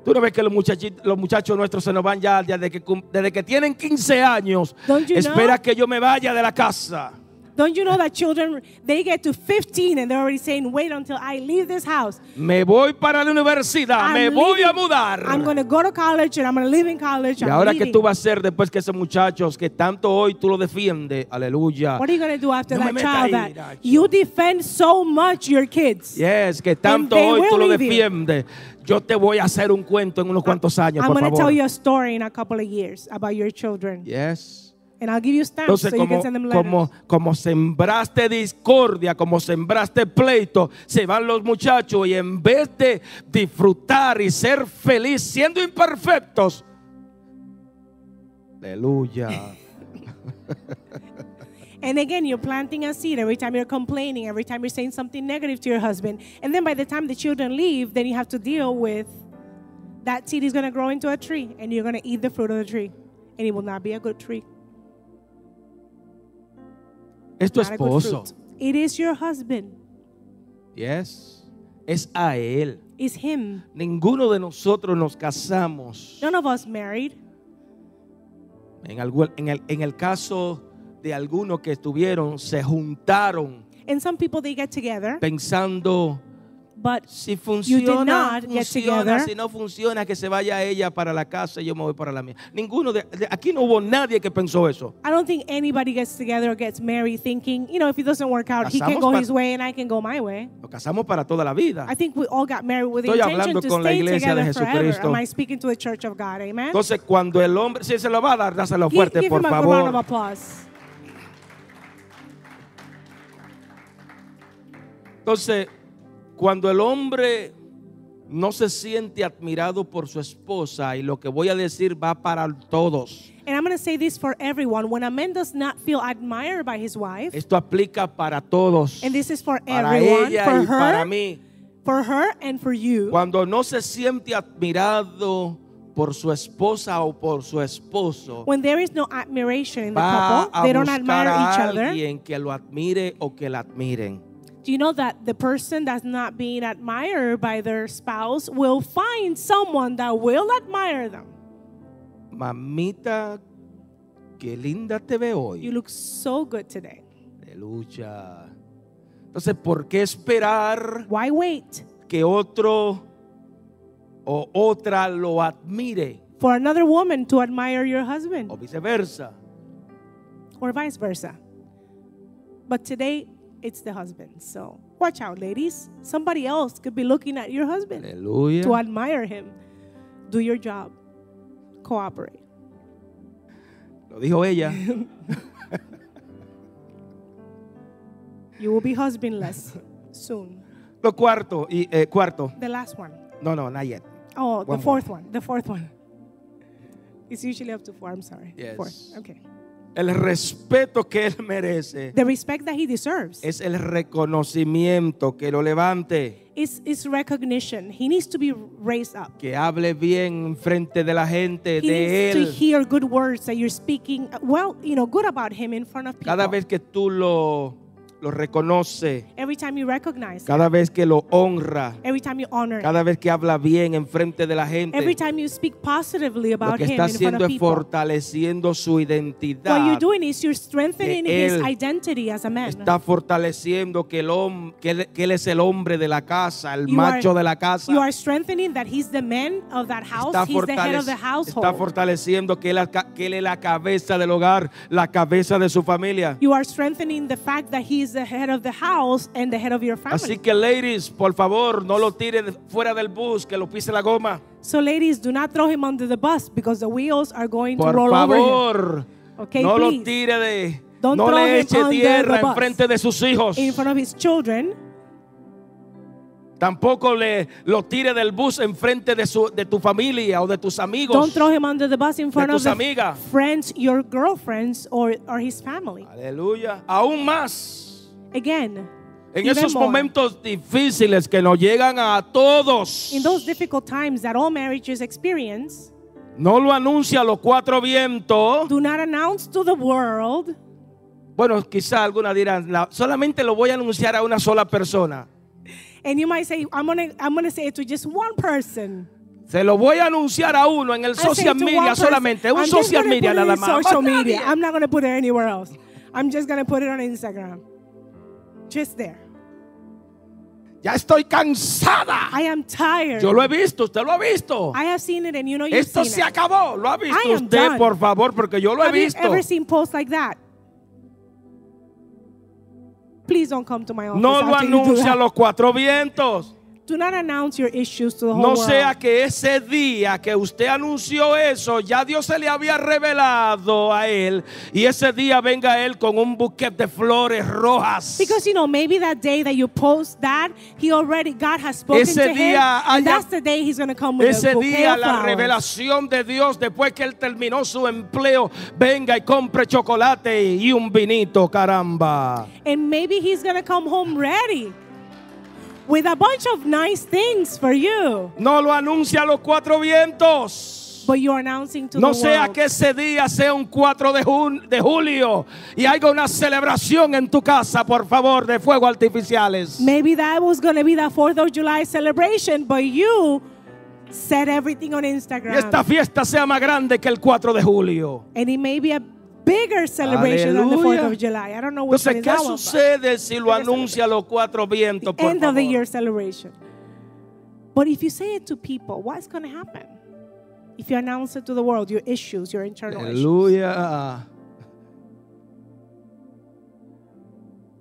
A: Tú no ves que los, muchachi- los muchachos nuestros se nos van ya desde que, cum- desde que tienen 15 años.
B: Don't you
A: Espera
B: know?
A: que yo me vaya de la casa.
B: Don't you know that children they get to 15 and they're already saying, wait until I leave this house.
A: Me voy para la universidad.
B: I'm
A: me voy a
B: leaving.
A: mudar.
B: I'm going to go to college and I'm going to live in college.
A: y
B: I'm
A: ahora que
B: leaving.
A: tú vas a hacer después que esos muchachos que tanto hoy tú lo defiendes. Aleluya.
B: What are you going to do after
A: No me
B: that
A: meta
B: child
A: ahí,
B: that
A: Nacho.
B: you defend so much your kids?
A: Yes, que tanto
B: they
A: hoy tú
B: will
A: lo
B: leave you.
A: defiendes. Yo te voy a hacer un cuento en unos cuantos años,
B: I'm
A: por
B: going to
A: favor.
B: tell you a story in a couple of years about your children.
A: Yes.
B: And I'll give you stamps
A: Entonces,
B: so you
A: como,
B: can send them letters.
A: como, como sembraste discordia, como sembraste pleito, se van los muchachos y en vez de disfrutar y ser feliz siendo imperfectos. Aleluya.
B: (laughs) And again, you're planting a seed every time you're complaining, every time you're saying something negative to your husband. And then by the time the children leave, then you have to deal with that seed is going to grow into a tree and you're going to eat the fruit of the tree. And it will not be a good tree.
A: Es tu
B: not a good
A: esposo.
B: fruit. It is your husband.
A: Yes. Es a él.
B: It's him.
A: Ninguno de nosotros nos casamos.
B: None of us married.
A: En, algún- en el, en el caso de algunos que estuvieron, se juntaron
B: And some people they get together,
A: pensando
B: but
A: si funciona,
B: not get
A: funciona,
B: together.
A: si no funciona, que se vaya ella para la casa y yo me voy para la mía. Ninguno de, de- aquí no hubo nadie que pensó eso.
B: I don't think anybody gets together or gets married thinking, you know, if it doesn't work out, he
A: Casamos
B: can go
A: pa-
B: his way and I can go my way.
A: Nos casamos para toda la vida.
B: I think we all got married with the
A: Estoy
B: intention
A: hablando
B: to
A: con la
B: stay
A: iglesia de
B: together forever.
A: Jesucristo.
B: Am I speaking to the church of God? Amen.
A: Entonces, cuando el hombre, si se lo va a dar, dáselo
B: give
A: fuerte,
B: give
A: por
B: him a good round of
A: favor.
B: applause.
A: Entonces, cuando el hombre no se siente admirado por su esposa, y lo que voy a decir va para todos.
B: And I'm going to say this for everyone: when a man does not feel admired by his wife,
A: Esto aplica para todos.
B: and this is for
A: para
B: everyone,
A: ella
B: for
A: y para
B: her,
A: mí.
B: for her and for you,
A: Cuando no se siente admirado por su esposa o por su esposo,
B: when there is no admiration in the
A: va
B: couple,
A: a
B: they don't admire
A: buscar
B: each
A: a
B: other.
A: alguien que lo admire o que la admiren.
B: Do you know that the person that's not being admired by their spouse will find someone that will admire them?
A: Mamita, qué linda te ve
B: You
A: hoy.
B: look so good today.
A: Aleluya. Entonces, ¿por qué esperar
B: Why wait
A: que otro o otra lo admire
B: for another woman to admire your husband?
A: o viceversa?
B: or vice versa. But today, it's the husband. So watch out, ladies. Somebody else could be looking at your husband
A: Aleluya.
B: to admire him. Do your job, cooperate.
A: Lo
B: (laughs)
A: dijo ella.
B: You will be
A: (laughs)
B: husbandless soon.
A: Lo cuarto y eh, cuarto.
B: The last one.
A: No, no, not yet.
B: Oh,
A: One more.
B: the fourth one. The fourth one. It's usually up to four. I'm sorry. Four.
A: Yes.
B: Okay.
A: El respeto que él merece
B: The respect that he deserves
A: es el reconocimiento que lo levante,
B: is, is recognition. He needs to be raised up.
A: que hable bien en frente de la gente,
B: He
A: de
B: needs to
A: él.
B: hear good words that you're speaking uh, well, you know, good about him in front of people.
A: Cada vez que tú lo, lo reconoces,
B: Every time you recognize him.
A: cada vez que lo honra,
B: Every time you honor him.
A: cada vez que habla bien en frente de la gente,
B: Every time you speak positively
A: lo
B: about
A: que
B: him
A: está
B: in front
A: haciendo
B: of
A: es
B: people.
A: fortaleciendo su identidad.
B: What you're doing is you're strengthening
A: que
B: his
A: él
B: identity as a man.
A: Está fortaleciendo que, el hom- que, él, que él es el hombre de la casa, el
B: You
A: macho
B: are-
A: de la casa.
B: You are strengthening that he's the man of that house,
A: Está,
B: he's the head of
A: fortalec-
B: the
A: está
B: household.
A: fortaleciendo que él, alca- que él es la cabeza del hogar, la cabeza de su familia.
B: You are strengthening the fact that he is the head of the house and the head of your family.
A: Así que, ladies, por favor, no lo tiren fuera del bus, que lo pise la goma.
B: so, ladies, do not throw him under the bus because the wheels are going to
A: Por
B: roll over him.
A: favor,
B: Okay,
A: no
B: please.
A: lo tire de.
B: Don't
A: no
B: throw him
A: le eche
B: under
A: tierra
B: the bus.
A: en frente de sus hijos.
B: In front of his children,
A: Tampoco le lo tire del bus en frente de, su, de tu familia o de tus amigos.
B: don't throw him under the bus in front of
A: tus
B: the
A: amigas.
B: friends, your girlfriends, or, or his family.
A: Aleluya. Aún más.
B: Again,
A: En
B: even
A: esos
B: more,
A: momentos difíciles que nos llegan a todos.
B: in those difficult times that all marriages experience,
A: No lo anuncia a los cuatro vientos.
B: do not announce to the world.
A: Bueno, quizá algunas dirán, "La- solamente lo voy a anunciar a una sola persona.
B: And you might say, I'm gonna, I'm gonna say it to just one person.
A: Se lo voy a anunciar a uno en el
B: I say
A: social
B: to one
A: media
B: person,
A: solamente, un
B: I'm just
A: social
B: gonna
A: media
B: put it
A: nada
B: in
A: más. Más
B: Social
A: nadie. (laughs)
B: media. I'm not going to put it anywhere else. I'm just going to put it on Instagram. Just there.
A: Ya estoy cansada.
B: I am tired.
A: Yo lo he visto, usted lo ha visto.
B: I have seen it and you know you've
A: Esto
B: seen
A: se
B: it.
A: acabó. Lo ha visto
B: I am
A: usted,
B: done.
A: por favor, porque yo lo he
B: have you
A: visto.
B: ever seen posts like that? Please don't come to my office.
A: No lo
B: after you do,
A: anuncia a
B: that.
A: los cuatro vientos.
B: do not announce your issues to the whole
A: No
B: world.
A: sea que ese día que usted anunció eso, ya Dios se le había revelado a él y ese día venga él con un buquete de flores rojas.
B: Because you know, maybe that day that you post that, he already God has spoken
A: Ese
B: to him.
A: día
B: and
A: haya-
B: that's the day he's going to come with a
A: Ese
B: bouquet
A: día
B: of
A: la
B: flowers.
A: revelación de Dios después que él terminó su empleo, venga y compre chocolate y un vinito, caramba.
B: And maybe he's going to come home ready with a bunch of nice things for you.
A: No lo anuncia a los cuatro vientos.
B: But you're announcing to
A: No
B: the
A: sea
B: world.
A: que ese día sea un 4 de, jun- de julio y haya una celebración en tu casa, por favor, de fuegos artificiales.
B: Maybe that was going to be the 4th of July celebration, but you said everything on
A: Y
B: Instagram.
A: esta fiesta sea más grande que el 4 de julio.
B: and it may be a bigger celebration on the 4th
A: Hallelujah.
B: of July. I don't know which one is
A: Entonces, ¿qué
B: that one, but
A: sucede si lo anuncia a los cuatro vientos, por
B: end of the year
A: favor?
B: celebration. But if you say it to people, what's going to happen? If you announce it to the world, your issues, your internal issues.
A: Aleluya.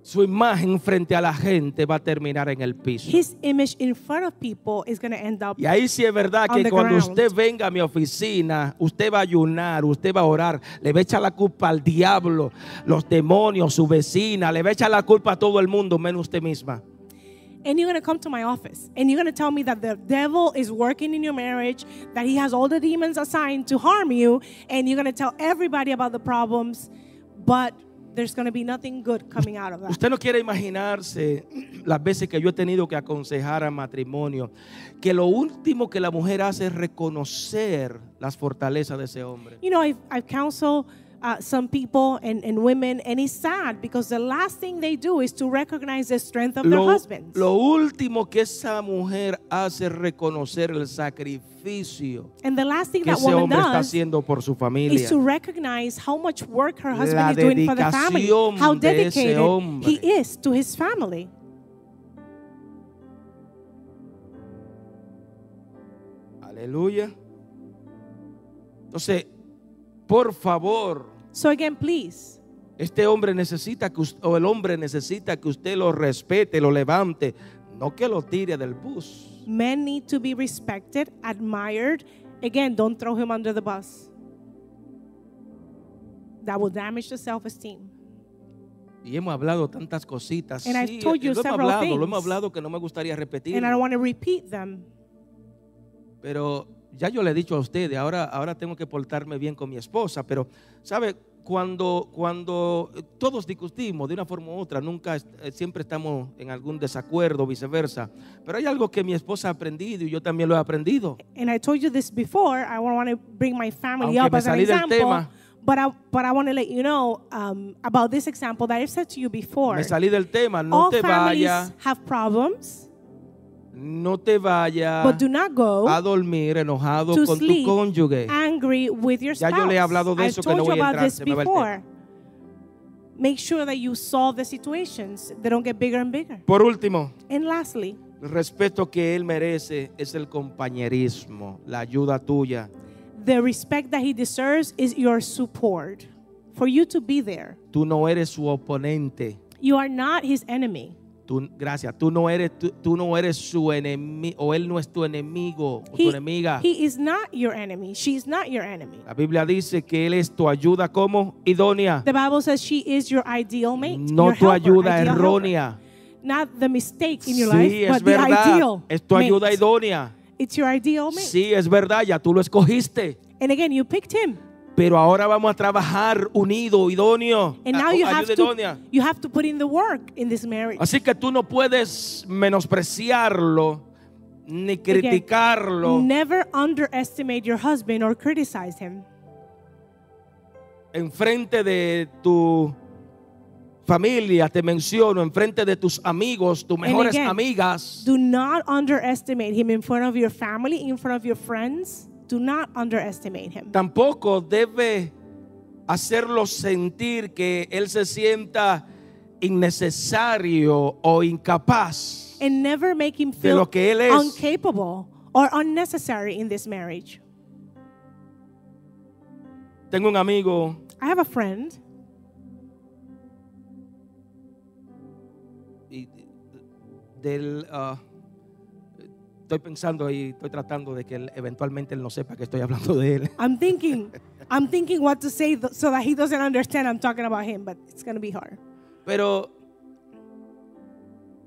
A: Su imagen frente a la gente va a terminar en el piso.
B: His image in front of people is going to end up
A: Y ahí sí es verdad
B: On
A: que
B: the
A: cuando
B: ground.
A: usted venga a mi oficina, usted va a ayunar, usted va a orar, le va a echar la culpa al diablo, los demonios, su vecina, le va a echar la culpa a todo el mundo, menos usted misma.
B: and you're going to come to my office and you're going to tell me that the devil is working in your marriage, that he has all the demons assigned to harm you, and you're going to tell everybody about the problems, but there's going to be nothing good coming out of that.
A: Usted no quiere imaginarse las veces que yo he tenido que aconsejar a matrimonio, que lo último que la mujer hace es reconocer las fortalezas de ese hombre.
B: You know, I've, I've counseled uh, some people and, and women, and it's sad because the last thing they do is to recognize the strength of their
A: Lo,
B: husbands.
A: lo último que esa mujer hace es reconocer el sacrificio
B: and the last thing
A: que
B: that
A: ese
B: woman
A: hombre está
B: does
A: haciendo por su familia.
B: is to recognize how much work her
A: La
B: husband is doing for the family,
A: dedicación
B: how
A: de ese
B: dedicated
A: hombre.
B: he is to his family.
A: Aleluya. Entonces, por favor,
B: So again, please,
A: este hombre necesita que us- o el hombre necesita que usted lo respete, lo levante, no que lo tire del bus.
B: men need to be respected, admired. Again, don't throw him under the bus. That will damage the self-esteem.
A: Y hemos hablado tantas cositas.
B: And I've
A: Sí,
B: told you
A: lo hemos
B: several
A: hablado,
B: things.
A: lo hemos hablado que no me gustaría repetir.
B: And I don't want to repeat them.
A: Pero ya yo le he dicho a ustedes, ahora, ahora tengo que portarme bien con mi esposa, pero sabe, cuando, cuando eh, todos discutimos de una forma u otra, nunca, eh, siempre estamos en algún desacuerdo, viceversa. Pero hay algo que mi esposa ha aprendido y yo también lo he aprendido.
B: And I told you this before. I want to bring my family
A: Aunque
B: up
A: me
B: as an
A: salí del
B: example.
A: tema.
B: But I, but I want to let you know um, about this example that I've said to you before.
A: Me salí del tema, no
B: All
A: te
B: families
A: vayas,
B: have problems,
A: no te vayas
B: but do not go
A: a dormir enojado
B: to
A: con tu
B: sleep
A: cónyuge.
B: angry with your
A: Ya
B: spouse.
A: yo le he hablado de
B: I've
A: eso, que
B: told
A: no
B: you
A: voy a
B: about
A: entrar,
B: this
A: se me va el
B: before. Make sure that you solve the situations. They don't get bigger and bigger.
A: Por último,
B: And lastly,
A: el respeto que él merece es el compañerismo, la ayuda tuya.
B: the respect that he deserves is your support. For you to be there,
A: Tú no eres su oponente.
B: you are not his enemy.
A: Tú, gracias. Tú no eres, tú, tú no eres su enemigo, o él no es tu enemigo o tu
B: He,
A: enemiga.
B: he is not your enemy. She is not your enemy.
A: la Biblia dice que él es tu ayuda como idónea,
B: The Bible says she is your ideal mate.
A: no
B: your
A: tu
B: helper,
A: ayuda
B: ideal helper.
A: errónea.
B: Not the mistake in your life,
A: Sí, es
B: but the
A: verdad.
B: ideal.
A: Es tu
B: mate.
A: ayuda idónea.
B: It's your ideal mate.
A: Sí, es verdad, ya tú lo escogiste.
B: And again, you picked him.
A: Pero ahora vamos a trabajar unido, idóneo.
B: And
A: a-
B: now you
A: ayuda
B: have to
A: idónea.
B: you have to put in the work in this marriage.
A: Así que tú no puedes menospreciarlo ni criticarlo.
B: Never underestimate your husband or criticize him
A: enfrente de tu familia, te menciono, enfrente de tus amigos, tus mejores
B: again,
A: amigas.
B: Do not underestimate him in front of your family, in front of your friends. Do not underestimate him.
A: Tampoco debe hacerlo sentir que él se sienta innecesario o incapaz.
B: And never make him
A: De
B: feel
A: lo que él es.
B: incapable or unnecessary in this marriage.
A: Tengo un amigo
B: I have a friend.
A: y- del... ah, estoy pensando y estoy tratando de que él, eventualmente él no sepa que estoy hablando de él. (laughs)
B: I'm thinking, I'm thinking what to say th- so that he doesn't understand I'm talking about him, but it's gonna be hard.
A: Pero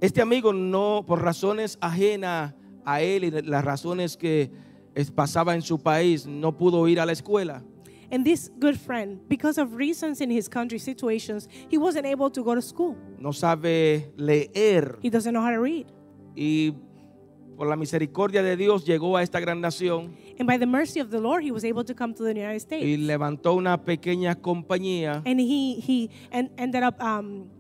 A: este amigo no, por razones ajenas a él y de- las razones que es- pasaba en su país, no pudo ir a la escuela.
B: And this good friend, because of reasons in his country situations, he wasn't able to go to school.
A: No sabe leer
B: He doesn't know how to read.
A: y por la misericordia de Dios llegó a esta gran nación
B: And by the mercy of the Lord, he was able to come to the United States.
A: y levantó una pequeña compañía.
B: and he he and ended up um,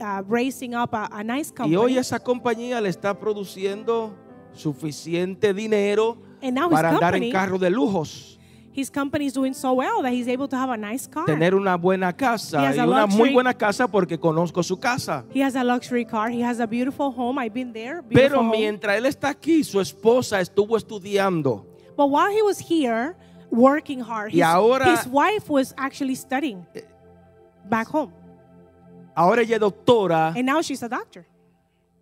B: uh, raising up a, a nice
A: Y
B: company.
A: hoy esa compañía le está produciendo suficiente dinero
B: And now his
A: para andar en
B: Oh, company-
A: carros de lujos,
B: His company is doing so well that he's able to have a nice car.
A: tener una buena
B: Ah. He
A: casa
B: has
A: y
B: a
A: una muy
B: luxury-
A: buena casa porque conozco su casa.
B: he has a luxury car. He has a beautiful home. I've been there. Beautiful
A: Pero
B: home.
A: mientras él está aquí, su esposa estuvo estudiando.
B: But while he was here working hard,
A: Y
B: his,
A: ahora- Eh,
B: his wife was actually studying back home,
A: Ahora ella es doctora
B: and now she's a doctor.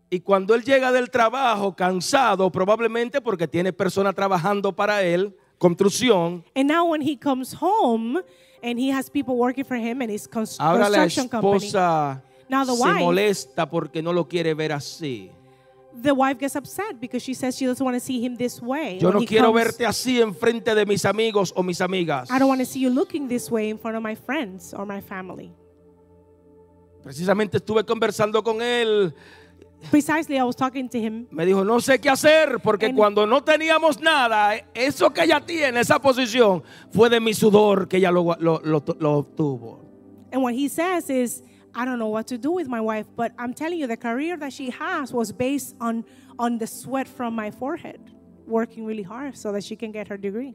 A: y cuando él llega del trabajo cansado, probablemente porque tiene personas trabajando para él, construcción,
B: And now when he comes home and he has people working for him and his cons-
A: ahora la
B: construction company,
A: esposa
B: Now the
A: se
B: wife-
A: molesta porque no lo quiere ver así.
B: the wife gets upset because she says she doesn't want to see him this way.
A: Yo
B: when
A: no
B: he
A: quiero
B: comes-
A: verte así enfrente de mis amigos o mis amigas.
B: I don't want to see you looking this way in front of my friends or my
A: (laughs)
B: family.
A: Precisamente estuve conversando con él.
B: Precisely, I was talking to him.
A: Me dijo, no sé qué hacer, porque
B: And-
A: cuando no teníamos nada, eso que ella tiene, esa posición, fue de mi sudor que ella lo, lo- lo- lo obtuvo.
B: And what he says is, I don't know what to do with my wife, but I'm telling you, the career that she has was based on, on the sweat from my forehead, working really hard so that she can get her degree.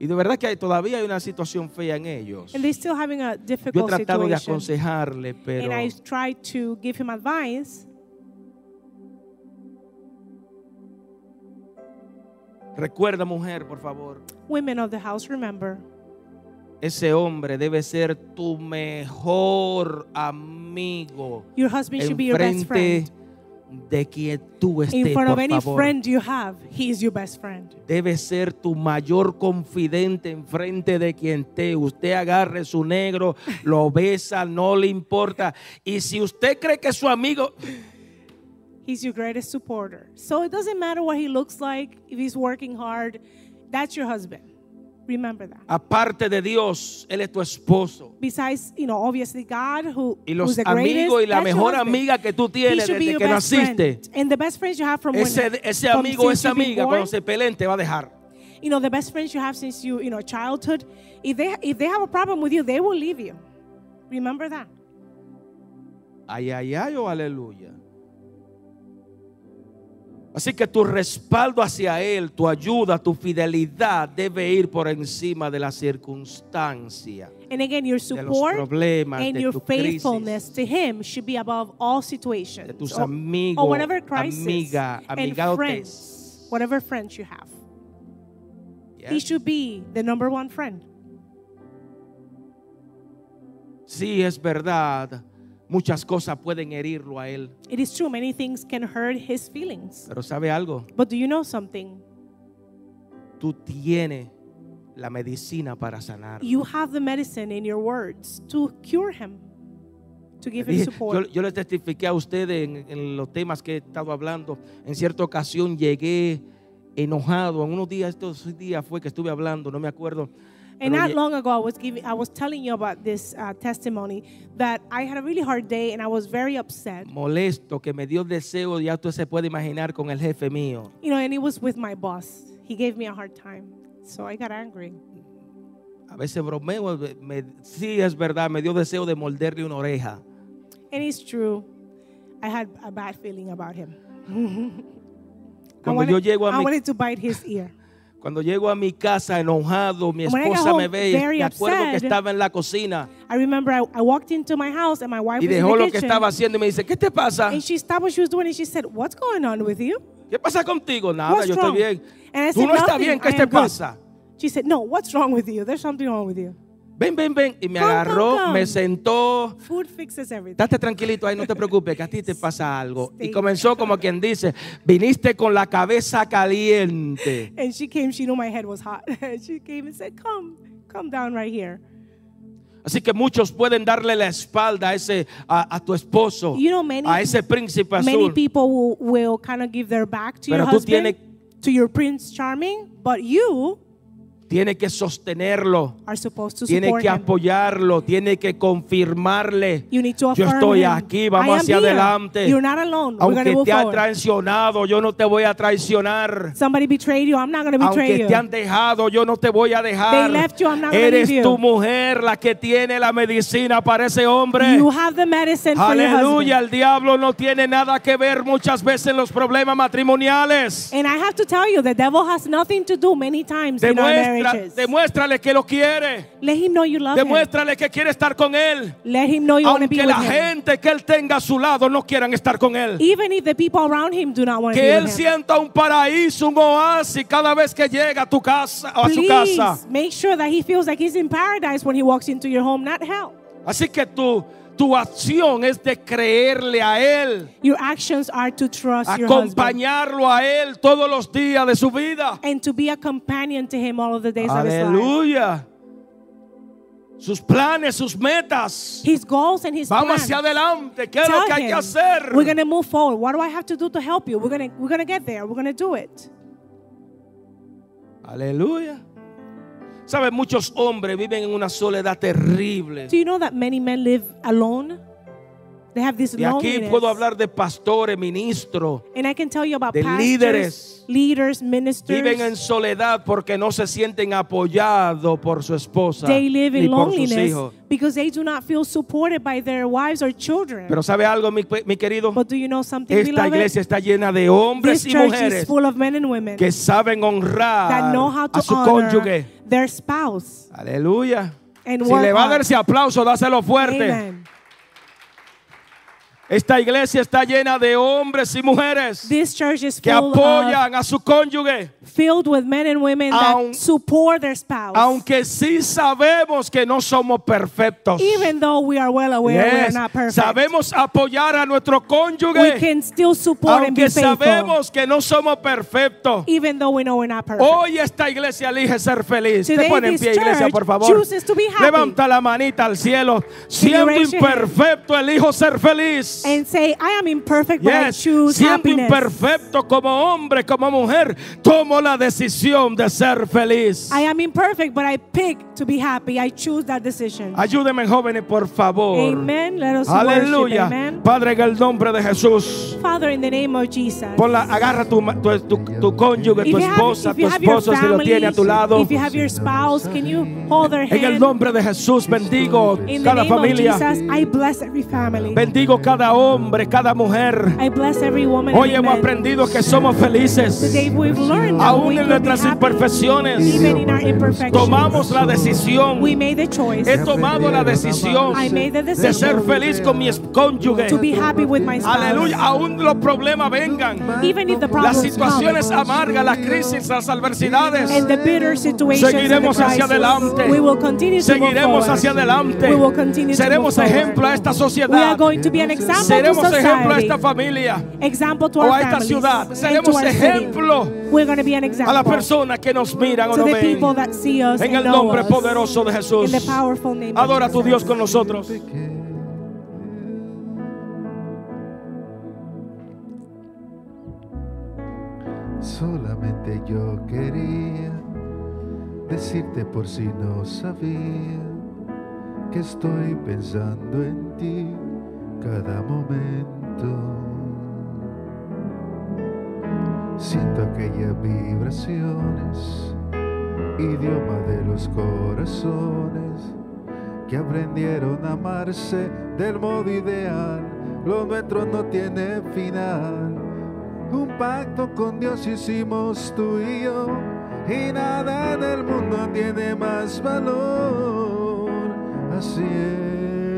A: Y de verdad que hay- todavía hay una situación fea en ellos.
B: And they're still having a
A: Yo he
B: difficult
A: tratado de
B: situation.
A: aconsejarle, pero
B: And I tried to give him advice.
A: recuerda mujer, por favor,
B: Women of the house, remember,
A: ese hombre debe ser tu mejor amigo.
B: your husband should be your best
A: Enfrente
B: friend.
A: de quien tú estés,
B: In front of
A: por
B: any
A: favor.
B: friend you have, he is your best friend.
A: debe ser tu mayor confidente enfrente de quien te. Usted agarre su negro, lo besa, no le importa. Y si usted cree que es su amigo,
B: He's your greatest supporter. So it doesn't matter what he looks like, if he's working hard, that's your husband. Remember that.
A: Aparte de Dios, Él es tu esposo.
B: Besides, you know, obviously God who
A: Y los
B: who's the greatest,
A: amigos y la
B: that's your
A: mejor
B: husband.
A: amiga que tú
B: He
A: tienes
B: should be
A: desde
B: your
A: que
B: best
A: naciste.
B: friend. And the best friends you have from
A: Ese,
B: when,
A: ese
B: from
A: amigo,
B: since
A: esa
B: you've been
A: amiga,
B: born,
A: cuando se peleen, te va a dejar.
B: you know, the best friends you have since you, you know, childhood, if they if they have a problem with you, they will leave you. Remember that.
A: Ay, ay, ay, o aleluya. Así que tu respaldo hacia Él, tu ayuda, tu fidelidad debe ir por encima de la circunstancia,
B: And again, your
A: de los
B: support
A: problemas,
B: and
A: de
B: your
A: tu crisis,
B: faithfulness to him should be above all
A: de
B: situations.
A: tus
B: or-
A: amigos,
B: or whatever crisis
A: amiga,
B: and
A: amigadotes.
B: friends, whatever friends you have.
A: Yeah.
B: He should be the number one friend.
A: Sí, es verdad, muchas cosas pueden herirlo a Él,
B: It is true, many things can hurt his feelings.
A: pero ¿sabe algo?
B: But do you know something?
A: Tú tienes la medicina para sanar.
B: You have the medicine in your words to cure him, to give him
A: Dije, Yo,
B: support.
A: yo les testifiqué a ustedes en, en los temas que he estado hablando. En cierta ocasión llegué enojado. En unos días, estos días fue que estuve hablando, no me acuerdo.
B: And
A: pero
B: not
A: lle-
B: long ago, I was giving, I was telling you about this uh, testimony that I had a really hard day and I was very upset.
A: molesto, que me dio deseo, ya usted se puede imaginar, con el jefe mío.
B: You know, and it was with my boss. He gave me a hard time, so I got angry.
A: A veces bromeo, me- me- sí es verdad, me dio deseo de morderle una oreja.
B: And it's true, I had a bad feeling about him. (laughs) I,
A: Cuando yo
B: wanted,
A: llego a
B: I
A: mi
B: wanted to bite his ear.
A: cuando llego a mi casa enojado, mi
B: And when I got
A: esposa me
B: home
A: ve,
B: very
A: me acuerdo que
B: upset,
A: estaba en la cocina
B: I remember I, I walked into my house and my wife
A: y
B: was
A: dejó
B: in the
A: lo que
B: kitchen.
A: estaba haciendo y me dice, ¿qué te pasa?
B: And she stopped what she was doing and she said, What's going on with you?
A: ¿Qué pasa contigo? Nada,
B: What's
A: yo
B: wrong?
A: estoy bien.
B: And I
A: Tú
B: said,
A: no estás
B: "Nothing,
A: bien,
B: I
A: ¿qué te
B: am good."
A: pasa?
B: She said, No, what's wrong with you? There's something wrong with you.
A: Ven, ven, ven. Y me
B: Come,
A: agarró,
B: come, come.
A: me sentó.
B: Food fixes everything.
A: Date tranquilito ahí, no te preocupes, que a ti te pasa algo. Y
B: Stay.
A: comenzó como quien dice, viniste con la cabeza caliente.
B: And she came, she knew my head was hot. (laughs) she came and said, Come, come down right here.
A: Así que muchos pueden darle la espalda a ese, a, a tu esposo,
B: You know, many-
A: a ese príncipe
B: Many
A: azul.
B: people will, will kind of give their back to your
A: Pero tú
B: husband,
A: tienes-
B: to your Prince Charming, but you
A: Tiene que sostenerlo,
B: are supposed to
A: tiene
B: support
A: que
B: him.
A: apoyarlo, tiene que confirmarle.
B: You need to
A: Yo
B: affirm
A: estoy
B: him.
A: aquí,
B: I
A: vamos
B: am
A: hacia
B: here.
A: adelante.
B: You're not alone. We're going to
A: Aunque
B: move
A: te han
B: forward.
A: traicionado, yo no te voy a traicionar.
B: Somebody betrayed you. I'm not going to betray
A: Aunque
B: you.
A: te han dejado, yo no te voy a dejar.
B: They left you, I'm not gonna
A: Eres
B: leave you.
A: tu mujer la que tiene la medicina para ese hombre.
B: You have the medicine for your husband.
A: Aleluya, el diablo no tiene nada que ver muchas veces en los problemas matrimoniales.
B: And I have to tell you, the devil has nothing to do many times in our
A: Demuestra-
B: marriages.
A: demuéstrale que lo quiere.
B: Let him know you love him.
A: Demuéstrale que quiere estar con él.
B: Let him know you want to be
A: Aunque
B: with
A: la
B: him.
A: gente que él tenga a su lado no quieran estar con él.
B: Even if the people around him do not want to
A: Que
B: be
A: él
B: with him.
A: sienta un paraíso, un oasis cada vez que llega a tu casa, a su casa.
B: Please make sure that he feels like he's in paradise when he walks into your home, not hell.
A: Así que tu, tu acción es de creerle a Él,
B: Your actions are to trust your husband
A: acompañarlo a Él todos los días de su vida.
B: and to be a companion to him all of the days of his life.
A: Aleluya. Sus planes, sus metas.
B: His goals and his
A: Vamos
B: plans.
A: hacia adelante. ¿Qué es
B: Tell
A: lo que hay que
B: him,
A: hacer?
B: We're gonna move forward. What do I have to do to help you? We're gonna we're gonna get there. We're gonna do it.
A: Aleluya. Sabes, muchos hombres viven en una soledad terrible.
B: Do you know that many men live alone? They have this
A: Y aquí
B: loneliness.
A: puedo hablar de pastores, ministros.
B: and I can tell you about
A: de líderes.
B: pastors, leaders, ministers.
A: Viven en soledad porque no se sienten apoyados por su esposa
B: they live in
A: ni por sus
B: loneliness
A: hijos.
B: because they do not feel supported by their wives or children.
A: Pero ¿sabe algo, mi, mi querido?
B: but do you know something,
A: Esta
B: beloved?
A: iglesia está llena de hombres
B: this
A: y
B: church is
A: mujeres
B: full of men and women
A: que saben
B: that
A: honrar
B: know how to
A: a su
B: honor
A: cónyuge.
B: their spouse.
A: Aleluya.
B: And
A: si
B: work
A: le va a
B: hard.
A: dar ese aplauso, dáselo fuerte.
B: Amen.
A: Esta iglesia está llena de hombres y mujeres
B: This church is
A: que
B: full of,
A: apoyan a su cónyuge,
B: filled with men and women
A: Aun-
B: that support their spouse.
A: aunque sí sabemos que no somos perfectos.
B: even though we are well aware we are
A: Yes,
B: not perfect,
A: Sabemos apoyar a nuestro cónyuge.
B: we can still support and be
A: Aunque
B: faithful.
A: sabemos que no somos perfectos,
B: even though we know we're not perfect.
A: hoy esta iglesia elige ser feliz. Te
B: Today
A: pone en
B: this
A: pie, iglesia,
B: church
A: por favor.
B: chooses to be happy.
A: Levanta la manita al cielo. Siendo
B: raise your hand.
A: imperfecto, elijo ser feliz. feliz.
B: and say, I am imperfect, but I
A: Yes,
B: choose
A: siendo
B: happiness.
A: imperfecto como hombre, como mujer, tomo la decisión de ser feliz.
B: I am imperfect, but I pick to be happy. I choose that decision.
A: Ayúdenme jóvenes, por favor.
B: Amen. Let us worship.
A: Aleluya.
B: Amen.
A: Padre, en el nombre de Jesús.
B: Father, in the name of Jesus.
A: Pon la- agarra tu, ma- tu, tu, tu cónyuge,
B: If
A: tu
B: you have-
A: esposa,
B: if you
A: tu
B: have your
A: esposo si lo
B: family,
A: tiene a tu lado.
B: If you have your spouse, can you hold their
A: En el
B: hand?
A: nombre de Jesús bendigo
B: In the
A: cada
B: name of
A: familia.
B: Jesus, I bless every family.
A: Bendigo cada hombre, cada mujer.
B: I bless every woman.
A: Hoy
B: and
A: hemos
B: man.
A: aprendido que somos felices.
B: Today we've learned that we
A: Aún en
B: can be
A: nuestras
B: happy
A: imperfecciones,
B: even in our imperfections.
A: tomamos la decisión.
B: We made the choice
A: He tomado la decisión
B: I made the
A: de ser
B: decision
A: feliz con mi cónyuge.
B: to be happy with my spouse.
A: Aleluya, aún los problemas vengan.
B: Even if the
A: Las
B: problems
A: situaciones
B: come
A: amargas, las crisis, las adversidades.
B: and the bitter situations and the
A: Seguiremos hacia
B: crisis,
A: adelante.
B: we will continue to move
A: Seguiremos
B: forward.
A: hacia adelante.
B: We will continue to
A: Seremos
B: move forward.
A: ejemplo a esta
B: We are
A: sociedad.
B: going to be an example
A: Seremos
B: to society.
A: ejemplo a esta familia,
B: example to
A: o
B: our
A: a esta
B: families
A: ciudad.
B: and
A: Seremos
B: to our city.
A: ejemplo
B: We're going to be an
A: a
B: example
A: las personas que nos miran o
B: to
A: nos
B: the
A: ven.
B: people that see us
A: En
B: and
A: el
B: know
A: nombre
B: us.
A: poderoso de Jesús.
B: In the powerful name of
A: Adora a tu
B: Jesus.
A: Dios con nosotros.
C: Solamente yo quería decirte por si no sabía que estoy pensando en ti cada momento. Siento aquellas vibraciones, idioma de los corazones que aprendieron a amarse del modo ideal. Lo nuestro no tiene final. Un pacto con Dios hicimos tú y yo. Y nada en el mundo tiene más valor. Así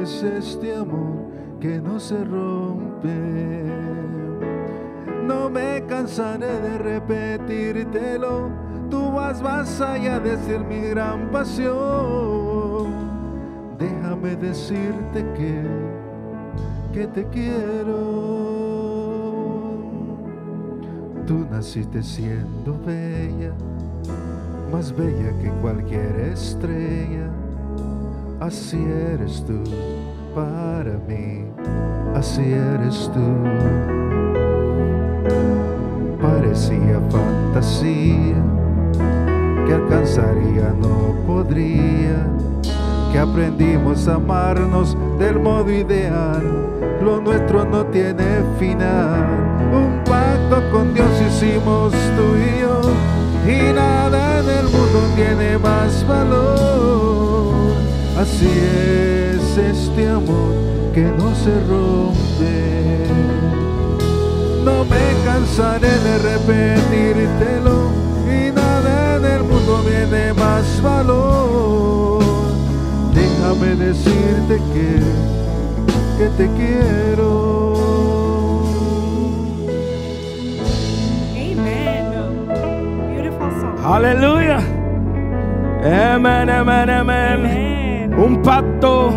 C: es este amor que no se rompe. No me cansaré de repetírtelo. Tú vas más allá de ser mi gran pasión. Déjame decirte que, que te quiero. Tú naciste siendo bella, más bella que cualquier estrella. Así eres tú para mí, así eres tú parecía fantasía que alcanzaría no podría que aprendimos a amarnos del modo ideal lo nuestro no tiene final un pacto con Dios hicimos tú y yo y nada en el mundo tiene más valor así es este amor que no se rompe no me cansaré de repetírtelo y nada en el mundo tiene más valor. Déjame decirte que, que te quiero.
B: Amen. Beautiful song.
A: Aleluya. Amén, amén, amén.
B: Amen.
A: Un pacto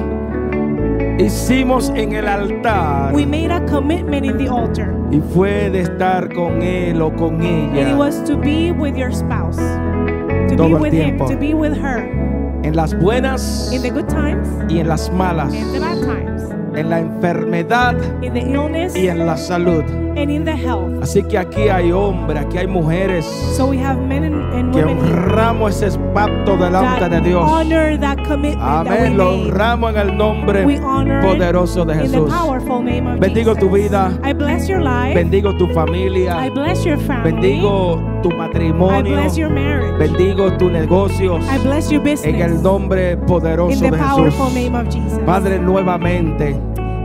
A: hicimos en el altar
B: We made a commitment in the altar,
A: y fue de estar con él o con
B: and it
A: ella
B: was to be with your spouse, to
A: Todo
B: be
A: el
B: with him,
A: tiempo.
B: to be with her,
A: en las buenas
B: in the good times
A: y en las malas,
B: and the bad times,
A: en la enfermedad
B: in the illness
A: y en la salud.
B: and in the health.
A: Así que aquí hay hombres, aquí hay mujeres
B: So we have men and, and
A: que
B: women here
A: honramos ese pacto delante
B: that
A: de Dios.
B: honor that commitment that we
A: Amén, lo
B: made.
A: honramos en el nombre
B: We honor it
A: poderoso de
B: in the
A: Jesús.
B: powerful name of
A: Bendigo tu
B: Jesus.
A: vida.
B: I bless your life.
A: Bendigo tu
B: I
A: familia,
B: bless your family.
A: bendigo tu
B: I
A: matrimonio,
B: bless your marriage.
A: bendigo tus negocios
B: I bless your business.
A: en el nombre
B: in
A: poderoso
B: the
A: de
B: powerful name
A: Jesús.
B: of Jesus.
A: Padre, nuevamente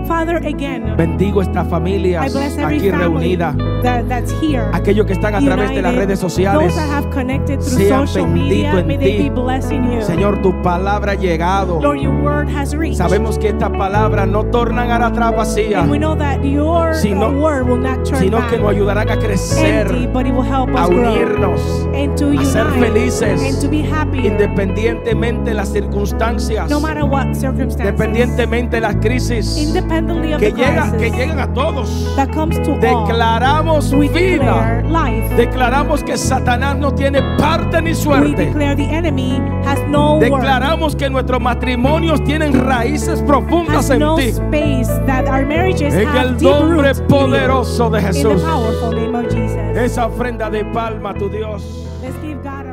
B: Father, again,
A: bendigo estas
B: I
A: familias
B: bless every
A: aquí
B: family
A: reunidas,
B: that, that's here.
A: aquellos que están a través de las
B: united.
A: redes sociales.
B: Those that have connected through
A: Sean
B: social
A: bendito
B: media,
A: en
B: may they
A: ti.
B: be blessed in you.
A: Señor, tu palabra ha llegado.
B: Lord, your word has reached.
A: Sabemos que estas palabras no tornan a atrás vacías,
B: and we know that your
A: Si
B: uh,
A: no-
B: word will not turn
A: sino
B: back
A: que nos ayudarán a
B: empty,
A: crecer,
B: but it will help
A: a
B: us grow
A: unirnos,
B: and to
A: a
B: unite
A: ser felices,
B: and to be happy
A: independientemente de las circunstancias,
B: no matter what circumstances.
A: independientemente de las crisis,
B: heavenly of
A: que,
B: the
A: llega, que
B: crisis
A: llegan a todos.
B: that comes to all.
A: Declaramos
B: We
A: vida.
B: declare life.
A: Declaramos que Satanás no tiene parte ni
B: We
A: suerte.
B: declare the enemy has no work,
A: Declaramos que nuestros matrimonios tienen raíces profundas
B: has
A: en
B: no
A: ti.
B: space, that our marriages
A: En
B: have
A: el
B: deep
A: nombre
B: roots in you.
A: poderoso de
B: In the
A: Jesús.
B: powerful name of Jesus.
A: Esa ofrenda de palma a tu Dios.
B: Let's give God